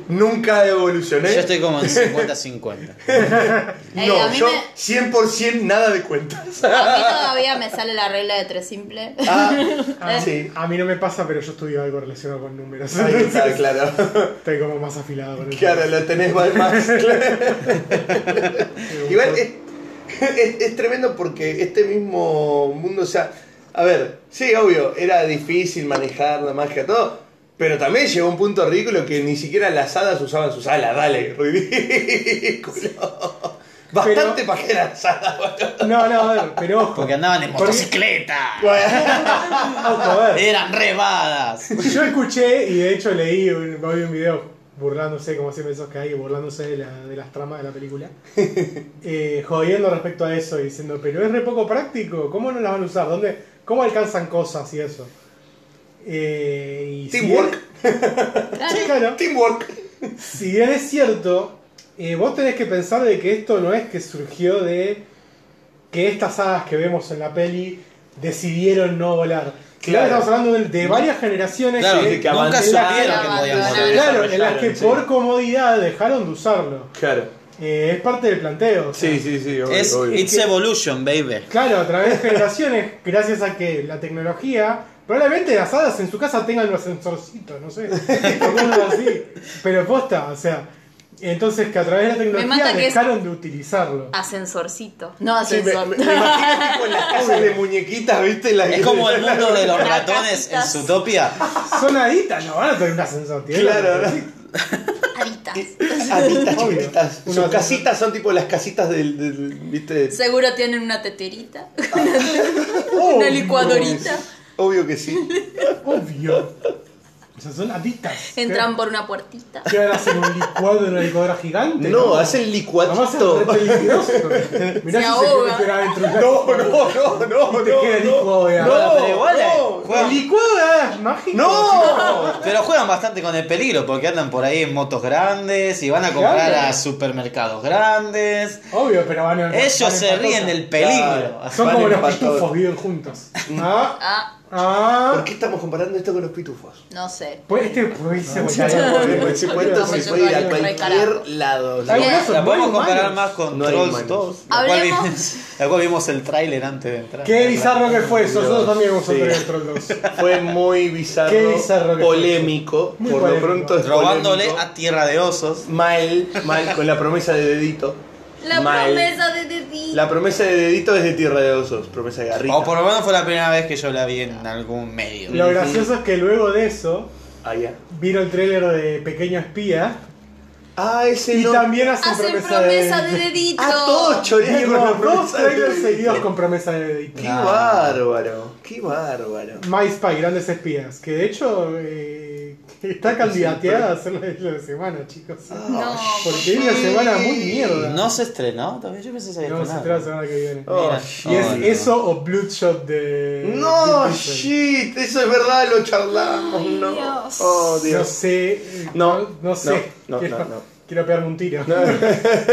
Speaker 4: nunca evolucioné.
Speaker 2: Yo estoy
Speaker 3: *laughs*
Speaker 2: como en 50-50.
Speaker 5: Ey, a
Speaker 4: No,
Speaker 5: mí
Speaker 4: yo
Speaker 5: me-
Speaker 4: 100% nada de cuentas.
Speaker 5: A mí todavía me sale la regla de tres simple.
Speaker 4: Ah,
Speaker 3: A,
Speaker 4: sí.
Speaker 3: a mí no me pasa, pero yo estudio algo relacionado con números.
Speaker 4: Ahí *laughs* está, claro.
Speaker 3: Estoy como más afilado con el
Speaker 4: Claro, lo tenés más. más claro.
Speaker 3: Eh,
Speaker 4: Igual es, es- *laughs* es tremendo porque este mismo mundo, o sea, a ver, sí, obvio, era difícil manejar la magia, todo, pero también llegó un punto ridículo que ni siquiera las hadas usaban sus alas, dale, *laughs* ridículo. Bastante
Speaker 3: Pero-
Speaker 4: pajera las hadas, boludo.
Speaker 3: No, no, a ver, pero ojo.
Speaker 2: Porque andaban en
Speaker 3: *laughs*
Speaker 2: motocicleta.
Speaker 3: Ojo, a ver.
Speaker 2: Eran rebadas.
Speaker 3: Yo escuché y de hecho leí un, vi un video burlándose, como siempre esos que hay, burlándose de, la- de las tramas de
Speaker 4: *laughs*
Speaker 3: la película, Eh, jodiendo respecto a eso y diciendo, pero es re poco práctico, ¿cómo no las van a usar? ¿Dónde, ¿Cómo alcanzan cosas y eso? Eh, y si
Speaker 4: Teamwork.
Speaker 3: es- sí, claro.
Speaker 4: Teamwork.
Speaker 3: Si bien es cierto, eh, vos tenés que pensar de que esto no es que surgió de que estas hadas que vemos en la peli decidieron no volar. Claro,
Speaker 4: Claro.
Speaker 3: estamos hablando de, de varias generaciones
Speaker 2: Claro,
Speaker 3: que-
Speaker 4: sí, que
Speaker 2: nunca
Speaker 4: abandonaron,
Speaker 2: supieron que podían
Speaker 5: abandonaron.
Speaker 2: morir.
Speaker 3: claro, en las que
Speaker 4: sí.
Speaker 3: por comodidad dejaron de usarlo.
Speaker 4: Claro.
Speaker 3: Eh, es parte del planteo. o sea,
Speaker 4: Sí, sí, sí. obvio,
Speaker 2: Es
Speaker 4: obvio.
Speaker 2: It's Evolution, baby.
Speaker 3: Claro, a través de generaciones, gracias a que la tecnología, probablemente las hadas en su casa tengan un sensorcitos, no sé, *laughs* algunos así, pero posta, o sea, entonces que a través de la tecnología
Speaker 5: mata que es-
Speaker 3: dejaron de utilizarlo.
Speaker 5: Ascensorcito. No,
Speaker 4: Sí, me,
Speaker 5: ascensor.
Speaker 4: me- me
Speaker 5: *laughs*
Speaker 4: imagino tipo
Speaker 2: *laughs*
Speaker 4: en las casas de muñequitas, ¿viste? Las
Speaker 2: Es como el mundo de los
Speaker 5: Las
Speaker 2: ratones en
Speaker 5: casitas.
Speaker 2: Zootopia.
Speaker 3: Son haditas, no van a tener un ascensor, tío.
Speaker 4: Claro, ¿no?
Speaker 5: Aditas.
Speaker 4: Aditas
Speaker 3: Obvio.
Speaker 4: chiquititas. Sus
Speaker 3: Una-
Speaker 4: casitas son tipo las casitas del, del- ¿viste?
Speaker 5: Seguro tienen una teterita,
Speaker 4: Ah.
Speaker 3: Oh,
Speaker 5: *laughs* una licuadorita.
Speaker 4: Obvio que sí.
Speaker 3: *laughs* Obvio. O sea, son haditas.
Speaker 5: Entran por una puertita.
Speaker 3: ¿Qué van a hacer? ¿Un licuado en una licuadora gigante?
Speaker 4: No, hacen licuadito.
Speaker 3: Además es re
Speaker 5: *laughs*
Speaker 3: peligroso. Mirá
Speaker 5: Se
Speaker 3: si se
Speaker 5: ahoga.
Speaker 3: meterá dentro de
Speaker 4: *laughs*
Speaker 3: la-
Speaker 4: No, no, no, no,
Speaker 3: Te
Speaker 4: no,
Speaker 3: queda
Speaker 4: no.
Speaker 3: licuado de
Speaker 4: No,
Speaker 3: hadas.
Speaker 2: pero igual, eh,
Speaker 3: El
Speaker 2: juegan-
Speaker 3: licuado de hadas mágico.
Speaker 4: ¡No!
Speaker 2: Pero juegan bastante con el peligro porque andan por ahí en motos grandes y van a comprar
Speaker 3: Claro.
Speaker 2: a supermercados grandes.
Speaker 3: Obvio, pero van a. van
Speaker 2: Ellos
Speaker 3: en
Speaker 2: se ríen
Speaker 3: patota.
Speaker 2: del peligro.
Speaker 4: Claro.
Speaker 3: Son
Speaker 4: Van
Speaker 3: como
Speaker 4: en
Speaker 3: los
Speaker 4: patota.
Speaker 3: pitufos, viven juntos.
Speaker 2: Mm.
Speaker 3: Ah,
Speaker 5: Ah,
Speaker 3: ah.
Speaker 4: ¿Por qué estamos comparando esto con los pitufos?
Speaker 5: no sé.
Speaker 3: Pues este puede ser
Speaker 4: Ese cuento
Speaker 5: Vamos
Speaker 4: se
Speaker 5: a
Speaker 4: puede ir a
Speaker 5: llevarlo re carajo.
Speaker 4: cualquier lado.
Speaker 3: Ay,
Speaker 4: ¿no?
Speaker 5: bueno.
Speaker 2: La podemos comparar más con
Speaker 4: No hay
Speaker 2: Trolls
Speaker 4: humanos.
Speaker 2: 2, la cual,
Speaker 5: Hablemos-
Speaker 2: vimos, la cual vimos el tráiler antes de entrar.
Speaker 3: Qué bizarro que fue eso. Nosotros
Speaker 4: Dios,
Speaker 3: también vamos a
Speaker 4: sí.
Speaker 3: tener el Troll
Speaker 2: *laughs*
Speaker 3: 2.
Speaker 4: Fue muy bizarro,
Speaker 3: Qué bizarro que fue.
Speaker 4: polémico.
Speaker 3: Muy
Speaker 4: por
Speaker 3: polémico.
Speaker 4: lo pronto es
Speaker 2: Robándole
Speaker 4: polémico.
Speaker 2: a Tierra de Osos.
Speaker 4: Mal, mal, con la promesa de dedito.
Speaker 5: La
Speaker 4: Mal.
Speaker 5: promesa de Dedito.
Speaker 4: La promesa de dedito es de tierra de osos, promesa de garrita.
Speaker 2: O Oh, por lo menos fue la primera vez que yo la vi en algún medio.
Speaker 3: Lo gracioso es que luego de eso
Speaker 4: Ah, ya.
Speaker 3: vino el tráiler de Pequeño Espía
Speaker 4: Ah, ese
Speaker 3: y
Speaker 4: no.
Speaker 3: también hacen,
Speaker 5: Hacen promesa de
Speaker 4: Ah, todos
Speaker 5: Dedito.
Speaker 4: chorearon
Speaker 3: Digo,
Speaker 4: la
Speaker 3: dos
Speaker 4: *laughs* promesa de
Speaker 3: trailers
Speaker 4: dedito.
Speaker 3: seguidos con promesa de dedito.
Speaker 4: Qué
Speaker 2: Ah.
Speaker 4: bárbaro, qué bárbaro.
Speaker 3: My Spy, Grandes Espías, que de hecho eh, está candidateada a ser la isla de semana, chicos.
Speaker 4: Ah,
Speaker 5: No,
Speaker 3: Porque es una semana muy mierda.
Speaker 2: Mm. No se estrenó, también yo pensé que se había
Speaker 3: No, se espera la
Speaker 2: estrenado.
Speaker 3: semana que viene.
Speaker 4: Oh,
Speaker 2: Mira.
Speaker 4: shit.
Speaker 3: Y es
Speaker 2: Oh, no.
Speaker 3: eso o Bloodshot de.
Speaker 4: No,
Speaker 3: Vin Diesel.
Speaker 4: shit, eso es verdad, lo charlamos,
Speaker 5: Ay,
Speaker 4: no.
Speaker 5: Dios.
Speaker 4: Oh,
Speaker 3: No
Speaker 4: Dios.
Speaker 3: sé. eh,
Speaker 4: No,
Speaker 3: no sé.
Speaker 4: no, no,
Speaker 3: quiero,
Speaker 4: no, no.
Speaker 3: quiero pegarme
Speaker 4: *laughs*
Speaker 3: un tiro.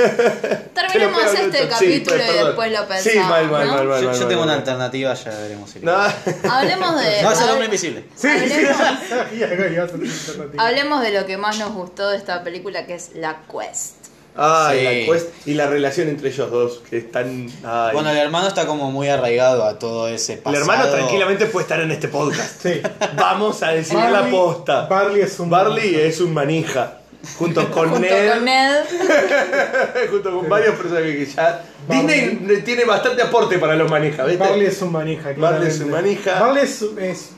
Speaker 5: Terminemos
Speaker 4: Pero, pero,
Speaker 5: este
Speaker 4: Lucho, sí,
Speaker 5: capítulo y
Speaker 4: perdón.
Speaker 5: después lo pensamos.
Speaker 4: Sí, mal, mal,
Speaker 5: ¿no?
Speaker 4: mal, mal.
Speaker 2: Yo, yo tengo una
Speaker 4: mal.
Speaker 2: alternativa, ya veremos si.
Speaker 4: No.
Speaker 5: Hablemos de.
Speaker 2: No, es el
Speaker 5: hable-
Speaker 2: hombre invisible.
Speaker 3: Sí,
Speaker 4: *laughs*
Speaker 3: sí, *laughs*
Speaker 5: Hablemos-
Speaker 3: sabía que ibas a hacer esa noticia.
Speaker 5: Hablemos de lo que más nos gustó de esta película, que es La Quest.
Speaker 4: Ay,
Speaker 2: Sí.
Speaker 4: la quest y la relación entre ellos dos, que están. Ay.
Speaker 2: Bueno, el hermano está como muy arraigado a todo ese
Speaker 4: el
Speaker 2: pasado.
Speaker 4: hermano tranquilamente puede estar en este podcast.
Speaker 2: *laughs*
Speaker 3: Sí.
Speaker 4: Vamos a decir la
Speaker 3: Barley-
Speaker 4: posta.
Speaker 3: Barley es un.
Speaker 4: Barley es un manija.
Speaker 5: *laughs*
Speaker 4: Junto con
Speaker 5: Junto
Speaker 4: Ned,
Speaker 5: con Ned.
Speaker 4: *laughs* junto con varios personajes que ya.
Speaker 3: Barley.
Speaker 4: Disney tiene bastante aporte para los manijas, ¿viste?
Speaker 3: Barley es un manija.
Speaker 4: Barley es
Speaker 3: claramente.
Speaker 4: un manija.
Speaker 3: Barley es. es-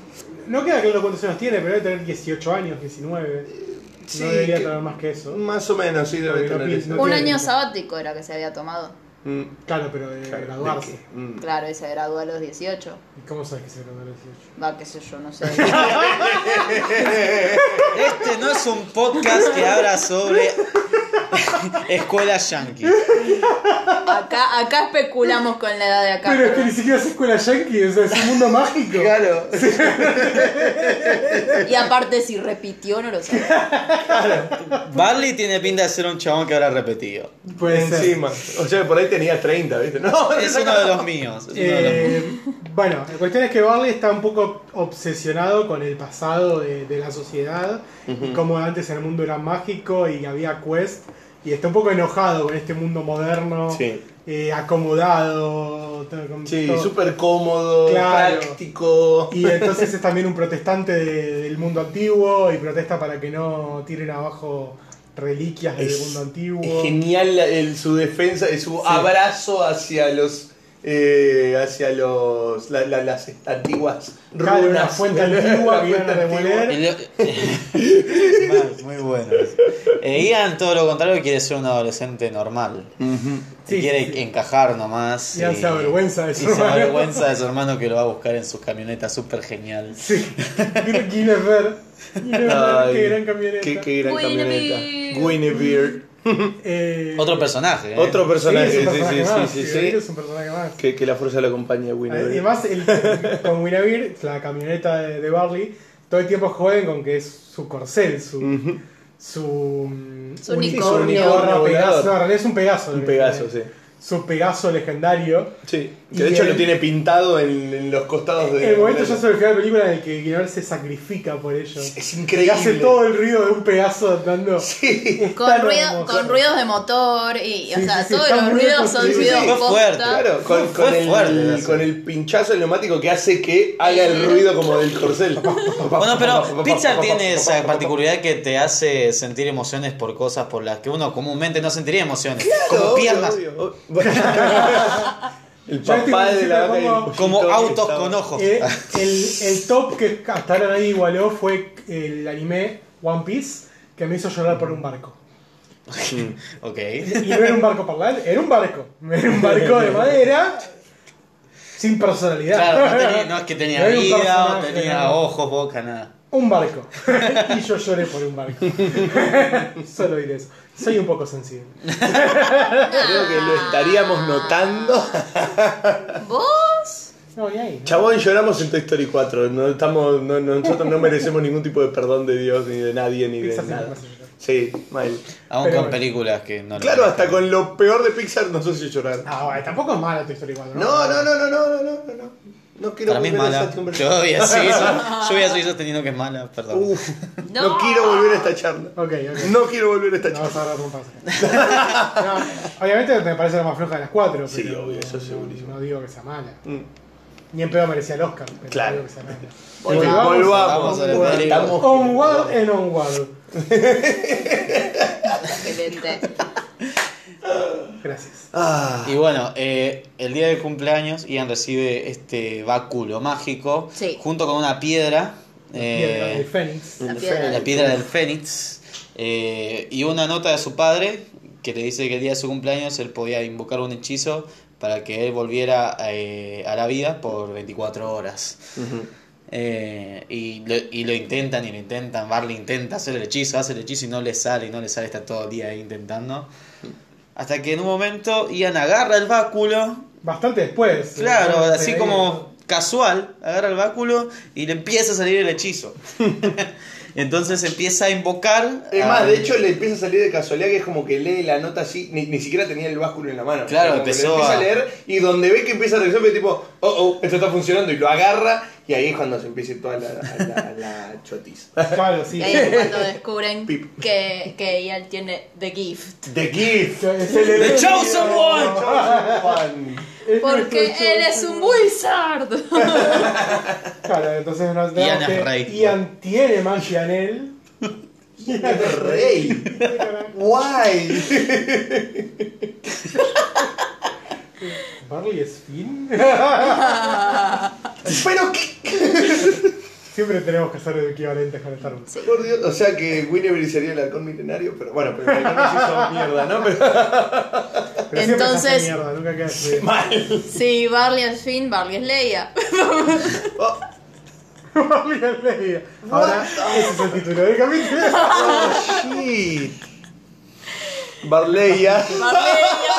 Speaker 3: no queda claro cuántos años tiene, pero debe tener 18 años, 19.
Speaker 4: Eh, Sí,
Speaker 3: no debería
Speaker 4: que- Mm.
Speaker 3: tener más que eso.
Speaker 4: Más o menos, sí, debe
Speaker 3: Porque no
Speaker 4: tener
Speaker 3: pi-
Speaker 4: eso.
Speaker 3: no-
Speaker 5: Un año sabático era que se había tomado.
Speaker 4: Mm,
Speaker 3: Claro, pero de
Speaker 4: claro,
Speaker 3: graduarse.
Speaker 4: de que, mm.
Speaker 5: Claro, y se graduó a los 18.
Speaker 3: ¿Y cómo sabes que se graduó a los 18?
Speaker 5: Va, qué sé yo, no sé.
Speaker 2: Este no es un podcast que habla sobre *laughs* escuelas yankees.
Speaker 5: Acá, acá especulamos con la edad de acá.
Speaker 3: Pero es que
Speaker 5: pero-
Speaker 3: ni siquiera es escuela yankee, o sea, es un mundo *laughs* mágico.
Speaker 4: Claro,
Speaker 5: Y aparte, si repitió, no lo sé.
Speaker 2: Barley tiene pinta de ser un chabón que habrá repetido.
Speaker 3: Puede ser.
Speaker 4: encima. O sea, por ahí tenía 30, ¿viste? *laughs* No,
Speaker 2: Es uno de los míos. es uno de los míos.
Speaker 3: Eh, bueno, la cuestión es que Barley está un poco obsesionado con el pasado de, de la sociedad y cómo antes el mundo era mágico y había quest y está un poco enojado con este mundo moderno,
Speaker 4: Sí.
Speaker 3: eh, acomodado, todo- con
Speaker 4: Sí,
Speaker 3: todo.
Speaker 4: súper cómodo,
Speaker 3: Claro.
Speaker 4: práctico.
Speaker 3: y entonces es también un protestante de- del mundo antiguo y protesta para que no tiren abajo reliquias del
Speaker 4: Es-
Speaker 3: mundo antiguo.
Speaker 4: Es genial la- el- su defensa, el- su abrazo hacia los. eh, hacia los la- la- las antiguas runas.
Speaker 3: Claro,
Speaker 4: *laughs*
Speaker 3: una fuente antigua que iban a
Speaker 4: fuente
Speaker 3: demoler.
Speaker 4: antigua.
Speaker 2: El- Mal, *laughs* muy bueno. Eh, Ian, todo lo contrario, quiere ser un adolescente normal.
Speaker 3: Sí,
Speaker 2: Y quiere
Speaker 3: sí, sí.
Speaker 2: encajar nomás.
Speaker 3: Ian se avergüenza de su
Speaker 2: y se
Speaker 3: hermano.
Speaker 2: avergüenza de su hermano que lo va a buscar en su camioneta súper genial.
Speaker 3: Sí, quiere ver. Mira, qué gran camioneta.
Speaker 4: Qué, qué gran
Speaker 5: Guinevere.
Speaker 4: camioneta. Guinevere.
Speaker 3: Eh,
Speaker 2: Otro personaje. ¿eh?
Speaker 4: Otro
Speaker 3: sí, es un
Speaker 4: personaje, sí,
Speaker 3: personaje
Speaker 4: sí, sí,
Speaker 3: más,
Speaker 4: sí,
Speaker 3: Guinevere
Speaker 4: sí,
Speaker 3: es un personaje más.
Speaker 4: Que, que la fuerza lo acompañe a Guinevere. *laughs*
Speaker 3: Además, el, con Winavir, la camioneta de, de Barley, todo el tiempo juegan con que es su corcel, su.
Speaker 4: Ujú.
Speaker 3: Su, mm,
Speaker 5: Su unicornio.
Speaker 4: Unicornio
Speaker 3: Pegaso.
Speaker 4: volador.
Speaker 3: No, en realidad es un Pegaso.
Speaker 4: Un
Speaker 3: que
Speaker 4: Pegaso, sí.
Speaker 3: tiene. Su Pegaso legendario.
Speaker 4: Sí.
Speaker 3: Y
Speaker 4: Que de hecho
Speaker 3: el- Eh,
Speaker 4: lo tiene pintado en, en los costados de.
Speaker 3: el momento ya
Speaker 4: de-
Speaker 3: se me queda la película en el que Guinevere se sacrifica por ello.
Speaker 4: Es, es
Speaker 3: Y
Speaker 4: increíble.
Speaker 3: hace todo el ruido de un Pegaso andando.
Speaker 4: Sí.
Speaker 3: Es
Speaker 5: Con,
Speaker 3: tan
Speaker 5: ruido,
Speaker 3: hermoso.
Speaker 5: con ruidos de motor y, o
Speaker 3: Sí,
Speaker 5: sea,
Speaker 3: sí, sí,
Speaker 5: todos
Speaker 3: está
Speaker 5: los
Speaker 3: muy
Speaker 5: ruidos son
Speaker 3: reconstruido.
Speaker 5: ruidos
Speaker 2: Sí,
Speaker 5: posta.
Speaker 2: fue fuerte,
Speaker 4: Claro, con,
Speaker 2: Fue
Speaker 4: con el,
Speaker 2: fuerte.
Speaker 4: con el pinchazo del neumático que hace que haga el ruido como del corcel.
Speaker 2: Bueno,
Speaker 4: *laughs*
Speaker 2: pero Pixar tiene esa particularidad que te hace sentir emociones por cosas por las que uno comúnmente no sentiría emociones. como
Speaker 4: Obvio,
Speaker 2: piernas,
Speaker 4: *laughs* obvio, obvio. el
Speaker 3: Yo este
Speaker 4: papá de la
Speaker 3: principio
Speaker 4: vaca y el
Speaker 3: pongo-
Speaker 4: pollito
Speaker 2: como
Speaker 4: que
Speaker 2: autos
Speaker 4: estaba-
Speaker 2: con ojos.
Speaker 3: Eh, el, el top que hasta ahora nadie igualó fue el anime One Piece que me hizo llorar por un barco. *laughs*
Speaker 2: Ok.
Speaker 3: Y no era un barco parlante, era un barco. Era un barco de madera sin personalidad.
Speaker 2: Claro, no,
Speaker 3: *laughs*
Speaker 2: tenía- no es que tenía
Speaker 3: No era un
Speaker 2: vida, o
Speaker 3: personaje,
Speaker 2: tenía
Speaker 3: no.
Speaker 2: ojos, boca, nada.
Speaker 3: Un barco. *laughs* y yo lloré por un barco. *laughs* Solo diré eso. Soy un poco sensible.
Speaker 4: Creo que lo estaríamos notando.
Speaker 5: ¿Vos?
Speaker 3: No, ni ahí.
Speaker 4: *laughs* Chabón, lloramos en Toy Story 4. No estamos, no- no- nosotros no merecemos ningún tipo de perdón de Dios, ni de nadie, ni de
Speaker 3: Pixar siempre me
Speaker 4: nada.
Speaker 3: hace llorar.
Speaker 4: Sí, mal.
Speaker 2: Aún
Speaker 3: Pero
Speaker 2: con
Speaker 3: bueno.
Speaker 2: películas que no lo-
Speaker 4: Claro, hasta con lo peor de Pixar nos hace llorar.
Speaker 3: Ah, bueno, tampoco es mala tu historia igual, ¿no?
Speaker 4: No, no, no, no, no, no, no, no. No quiero
Speaker 2: Para mí es
Speaker 4: volver a
Speaker 2: mala.
Speaker 4: esa conversación.
Speaker 2: Yo voy a seguir, yo voy a seguir sosteniendo que es mala, perdón.
Speaker 4: Uf, no.
Speaker 5: No.
Speaker 4: quiero volver a esta charla.
Speaker 3: Ok, ok.
Speaker 4: No quiero volver a esta
Speaker 3: No
Speaker 4: charla.
Speaker 3: vas a agarrar trompas. No, obviamente me parece la más floja de las cuatro.
Speaker 4: Sí,
Speaker 3: pero
Speaker 4: obvio, eso
Speaker 3: no-
Speaker 4: segurísimo.
Speaker 3: No digo que sea mala.
Speaker 4: Mm.
Speaker 3: Ni en pedo merecía el Oscar, pero
Speaker 4: Claro.
Speaker 3: no digo que sea mala.
Speaker 4: En fin,
Speaker 3: Volvamos.
Speaker 4: Volvamos.
Speaker 2: Vamos a la
Speaker 4: Bueno,
Speaker 2: película.
Speaker 4: estamos-
Speaker 3: Onward and Onward.
Speaker 5: Excelente.
Speaker 3: Gracias.
Speaker 4: Ah,
Speaker 2: Y bueno, eh, el día del cumpleaños Ian recibe este báculo mágico
Speaker 5: Sí.
Speaker 2: junto con una piedra,
Speaker 3: Piedra
Speaker 2: eh,
Speaker 3: del Fénix.
Speaker 5: La
Speaker 4: en
Speaker 5: piedra.
Speaker 2: la piedra del fénix, eh, y una nota de su padre que le dice que el día de su cumpleaños él podía invocar un hechizo para que él volviera eh, a la vida por 24 horas.
Speaker 4: Ujú.
Speaker 2: Eh, y, lo, y lo intentan y lo intentan. Barley intenta hacer el hechizo, hace el hechizo y no le sale, y no le sale, está todo el día ahí intentando. Hasta que en un momento Ian agarra el báculo,
Speaker 3: Bastante después.
Speaker 2: claro,
Speaker 3: Eh,
Speaker 2: así
Speaker 3: ahí-
Speaker 2: como casual, agarra el báculo y le empieza a salir el hechizo. Entonces empieza a invocar.
Speaker 4: Es más,
Speaker 2: a-
Speaker 4: de hecho le empieza a salir de casualidad que es como que lee la nota así, ni, ni siquiera tenía el básculo en la mano.
Speaker 2: Claro,
Speaker 4: Como que lo
Speaker 2: empezó
Speaker 4: empieza a...
Speaker 2: a-
Speaker 4: leer y donde ve que empieza a revisar, ve tipo, oh, oh, esto está funcionando y lo agarra y ahí es cuando se empieza toda la, la, la chotiza.
Speaker 3: Claro, sí.
Speaker 2: *laughs*
Speaker 5: Y ahí es cuando descubren
Speaker 4: Pip.
Speaker 5: que, que él tiene The Gift.
Speaker 4: The
Speaker 2: *laughs*
Speaker 4: Gift.
Speaker 3: Es el
Speaker 2: The Chosen One!
Speaker 4: Juan.
Speaker 3: Es nuestro
Speaker 5: Porque él es
Speaker 3: Chosen
Speaker 5: un wizard.
Speaker 3: Claro, entonces nos
Speaker 2: Ian
Speaker 3: vemos
Speaker 2: es
Speaker 3: que
Speaker 2: rey.
Speaker 3: Ian tiene magia en él. Ian es
Speaker 4: Rey.
Speaker 3: rey.
Speaker 2: *laughs*
Speaker 4: Guay.
Speaker 3: Barley es Finn. *laughs*
Speaker 4: Pero qué.
Speaker 3: Siempre tenemos que hacer equivalentes con Star Wars.
Speaker 4: Por Dios. O sea que Winnever sería el halcón milenario, pero bueno, pero el halcón se hizo mierda, ¿no? Pero...
Speaker 3: Pero siempre se hace
Speaker 5: Entonces-
Speaker 3: mierda, nunca queda destruido.
Speaker 4: Mal.
Speaker 5: Sí, Barley es Finn, Barley
Speaker 3: *laughs*
Speaker 5: es Leia.
Speaker 4: Oh,
Speaker 3: Barley es rey. Ahora, ese es el título
Speaker 4: *laughs*
Speaker 3: del capítulo.
Speaker 4: oh, shit. Barleya.
Speaker 5: Barleia.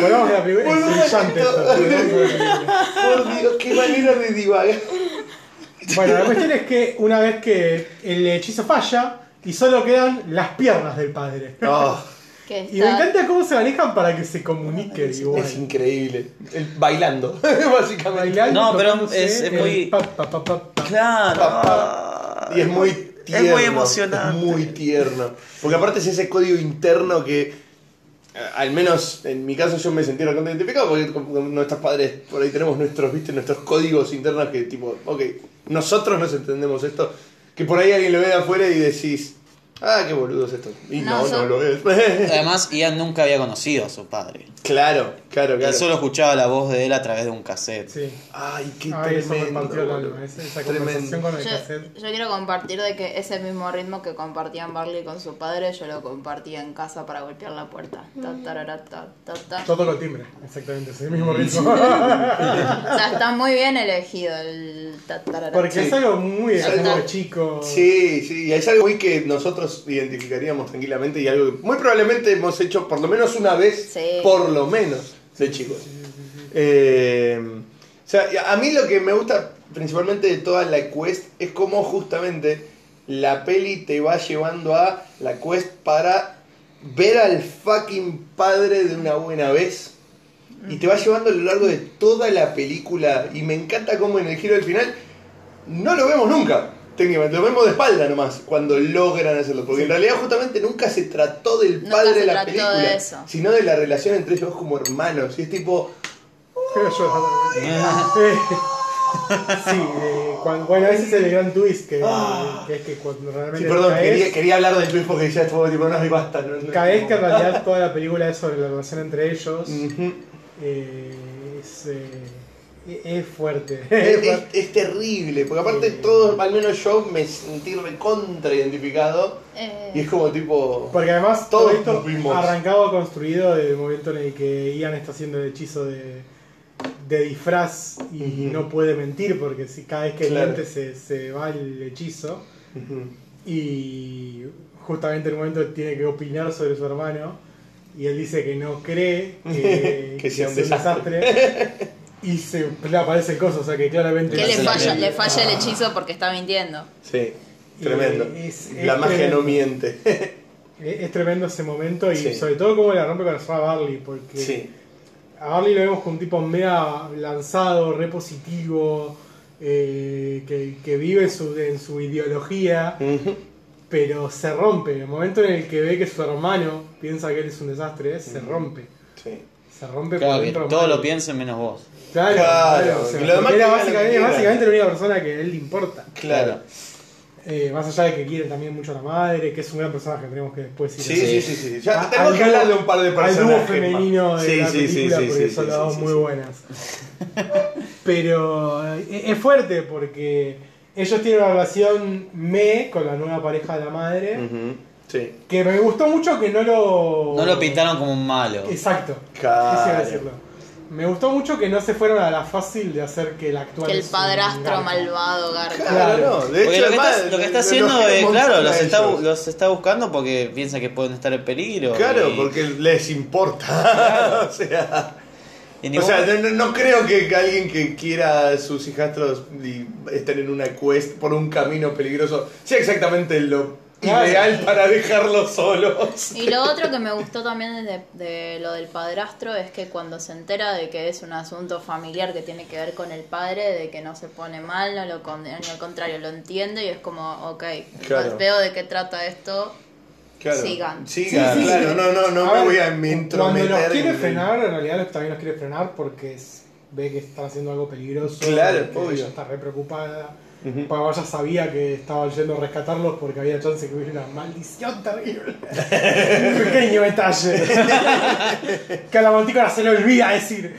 Speaker 3: Volvamos a la primera. Es
Speaker 4: Volvamos a
Speaker 3: brillante
Speaker 4: esto.
Speaker 3: esta, volvamos a la primera.
Speaker 4: Por Dios, qué manera de divagar.
Speaker 3: Bueno, la cuestión es que una vez que el hechizo falla y solo quedan las piernas del padre.
Speaker 4: No,
Speaker 5: Que
Speaker 3: Y me
Speaker 5: está
Speaker 3: encanta cómo se manejan para que se comunique igual.
Speaker 4: es increíble. El- bailando, *laughs* básicamente.
Speaker 3: Bailando,
Speaker 2: No, pero
Speaker 3: tocándose
Speaker 2: es- es
Speaker 3: el
Speaker 2: muy-
Speaker 3: pa, pa, pa, pa, pa.
Speaker 2: Claro.
Speaker 4: Y es muy tierno.
Speaker 2: Es muy emocionante.
Speaker 4: es muy tierno. Porque aparte es ese código interno que, eh, al menos en mi caso, yo me sentí bastante identificado porque con- con nuestros padres, por ahí tenemos nuestros, viste, nuestros códigos internos que tipo, ok, nosotros nos entendemos esto. Que por ahí alguien lo ve de afuera y decís, Ah, qué boludos estos. Y
Speaker 5: No,
Speaker 4: no, no,
Speaker 5: son-
Speaker 4: lo es.
Speaker 2: Además, Ian nunca había conocido a su padre.
Speaker 4: claro, claro,
Speaker 2: Él
Speaker 4: claro.
Speaker 2: solo escuchaba la voz de él a través de un cassette.
Speaker 3: Sí.
Speaker 4: Ay, qué
Speaker 3: Ah, eso me
Speaker 4: tremendo.
Speaker 3: partió el
Speaker 4: boludo.
Speaker 3: alma, esa, esa
Speaker 4: Tremendo.
Speaker 3: conversación con el cassette.
Speaker 5: Yo, yo quiero compartir de que ese mismo ritmo que compartían Barley con su padre, yo lo compartía en casa para golpear la puerta. Ta, tarara, ta, ta, ta.
Speaker 3: Todo con timbre, exactamente, ese mismo ritmo. *laughs*
Speaker 5: O sea, está muy bien elegido el ta, tarara.
Speaker 3: Porque es algo muy
Speaker 4: Sí.
Speaker 3: algo de chico.
Speaker 4: Sí, sí, y es algo hoy que nosotros identificaríamos tranquilamente y algo que muy probablemente hemos hecho por lo menos una vez,
Speaker 5: Sí.
Speaker 4: por lo menos, de chicos. Eh, o sea, y a- a mí lo que me gusta principalmente de toda la quest es cómo justamente la peli te va llevando a la quest para ver al fucking padre de una buena vez. Y te va llevando a lo largo de toda la película. Y me encanta cómo en el giro del final no lo vemos nunca. Técnicamente, lo vemos de espalda nomás, cuando logran hacerlo. Porque en realidad justamente nunca se trató del
Speaker 5: Nunca
Speaker 4: padre
Speaker 5: se
Speaker 4: de la
Speaker 5: trató de
Speaker 4: película,
Speaker 5: eso.
Speaker 4: sino de la relación entre ellos como hermanos. Y es tipo,
Speaker 3: Pero yo- Eh, *laughs* sí, eh, cuando- bueno, ese es el gran twist que, que es que cuando realmente
Speaker 4: Ah. sí, perdón,
Speaker 3: caes,
Speaker 4: quería, quería hablar del Twitch porque ya estuvo tipo, no, y basta. no, no.
Speaker 3: caes que en realidad toda la película es sobre la relación entre ellos.
Speaker 4: Ujú.
Speaker 3: eh, es, eh, e, *laughs* es fuerte.
Speaker 4: E, Es, es- es terrible, porque aparte
Speaker 3: pues. Sí.
Speaker 4: todos, al menos yo, me sentí recontra identificado.
Speaker 5: Eh,
Speaker 4: Y es como tipo...
Speaker 3: Porque además todo
Speaker 4: Todos
Speaker 3: esto
Speaker 4: nos vimos.
Speaker 3: arrancado construido desde el momento en el que Ian está haciendo el hechizo de, de disfraz y
Speaker 4: Ujú.
Speaker 3: no puede mentir porque si cada vez que
Speaker 4: Claro.
Speaker 3: miente se, se va el hechizo
Speaker 4: Ujú.
Speaker 3: y justamente en el momento tiene que opinar sobre su hermano y él dice que no cree que,
Speaker 4: *laughs* Que sea un
Speaker 3: es
Speaker 4: desastre.
Speaker 3: desastre. y se le aparecen cosas, o sea que claramente...
Speaker 5: que le
Speaker 2: Sí.
Speaker 5: falla, le falla el hechizo porque está mintiendo.
Speaker 4: Sí,
Speaker 3: Y
Speaker 4: tremendo.
Speaker 3: es- es
Speaker 4: la magia
Speaker 3: tremendo.
Speaker 4: no miente.
Speaker 3: Ah. Es, es tremendo ese momento y
Speaker 4: Sí.
Speaker 3: sobre todo cómo la rompe con la zona Barley
Speaker 4: *laughs*
Speaker 3: porque...
Speaker 4: sí.
Speaker 3: A Barley lo vemos como un tipo mega lanzado, repositivo, eh, que, que vive en su, en su ideología,
Speaker 4: Ujú.
Speaker 3: pero se rompe. En el momento en el que ve que su hermano piensa que él es un desastre, se
Speaker 4: Ujú.
Speaker 3: rompe.
Speaker 4: Sí.
Speaker 3: Se rompe
Speaker 2: Claro,
Speaker 3: por
Speaker 2: que
Speaker 3: dentro.
Speaker 2: todo
Speaker 3: mal.
Speaker 2: lo piensen menos vos.
Speaker 3: Claro,
Speaker 4: Claro,
Speaker 3: claro, o sea,
Speaker 4: que lo demás que
Speaker 3: porque
Speaker 4: hagan lo
Speaker 3: era
Speaker 4: que
Speaker 3: básicamente,
Speaker 4: quieran.
Speaker 3: básicamente la única persona que a él le importa.
Speaker 4: Claro.
Speaker 3: Eh, más allá de que quiere también mucho a la madre, que es un gran personaje que tenemos que después ir
Speaker 4: Sí,
Speaker 3: a-
Speaker 4: sí, sí, sí. Ya
Speaker 3: Ah,
Speaker 4: tenemos
Speaker 3: al
Speaker 4: que
Speaker 3: dúo-
Speaker 4: hablar de un par de
Speaker 3: al dúo
Speaker 4: personajes.
Speaker 3: femenino
Speaker 4: más.
Speaker 3: de la película porque son las dos
Speaker 4: sí,
Speaker 3: muy
Speaker 4: sí.
Speaker 3: buenas. Pero eh, es fuerte porque ellos tienen una relación me con la nueva pareja de la madre
Speaker 4: Ujú, Sí.
Speaker 3: que me gustó mucho que no lo
Speaker 4: Oh.
Speaker 2: No lo pintaron como un malo.
Speaker 3: Exacto.
Speaker 4: Claro.
Speaker 3: Quisiera decirlo. Me gustó mucho que no se fueron a la fácil de hacer que el actual
Speaker 5: Que el
Speaker 3: es un
Speaker 5: padrastro
Speaker 3: garca.
Speaker 5: malvado, Garca.
Speaker 4: Claro, no. De
Speaker 2: Porque
Speaker 4: hecho,
Speaker 2: lo que,
Speaker 4: además,
Speaker 2: está, lo que está
Speaker 4: los
Speaker 2: haciendo
Speaker 4: quiere
Speaker 2: es,
Speaker 4: un
Speaker 2: claro,
Speaker 4: montón
Speaker 2: los
Speaker 4: a
Speaker 2: está, bu-
Speaker 4: ellos.
Speaker 2: los está buscando porque piensa que pueden estar en peligro.
Speaker 4: Claro,
Speaker 2: y-
Speaker 4: porque les importa. *laughs* o sea,
Speaker 2: y
Speaker 4: o
Speaker 2: ningún-
Speaker 4: sea no, no- no creo que que alguien que quiera a sus hijastros y estén en una quest por un camino peligroso sea exactamente lo
Speaker 3: Claro.
Speaker 4: ideal para dejarlos solos.
Speaker 5: Y lo otro que me gustó también de, de lo del padrastro es que cuando se entera de que es un asunto familiar que tiene que ver con el padre, de que no se pone mal, no lo condena, ni al contrario, lo entiende y es como, ok,
Speaker 4: Claro.
Speaker 5: veo de qué trata esto.
Speaker 4: Sigan,
Speaker 5: Sigan.
Speaker 3: Sí, sí,
Speaker 4: claro.
Speaker 3: sí.
Speaker 4: No, no, no
Speaker 3: A
Speaker 4: me
Speaker 3: ver,
Speaker 4: voy a me
Speaker 3: Cuando
Speaker 4: intrometer.
Speaker 3: los quiere
Speaker 4: en-
Speaker 3: frenar, en realidad los- también los quiere frenar porque es- ve que están haciendo algo peligroso.
Speaker 4: Claro,
Speaker 3: que
Speaker 4: obvio.
Speaker 3: Ella está re preocupada.
Speaker 4: Ujú.
Speaker 3: Porque ella sabía que estaba yendo a rescatarlos porque había chance que hubiera una
Speaker 4: *laughs*
Speaker 3: maldición terrible. Un pequeño detalle. que a la mantícora se le olvida decir.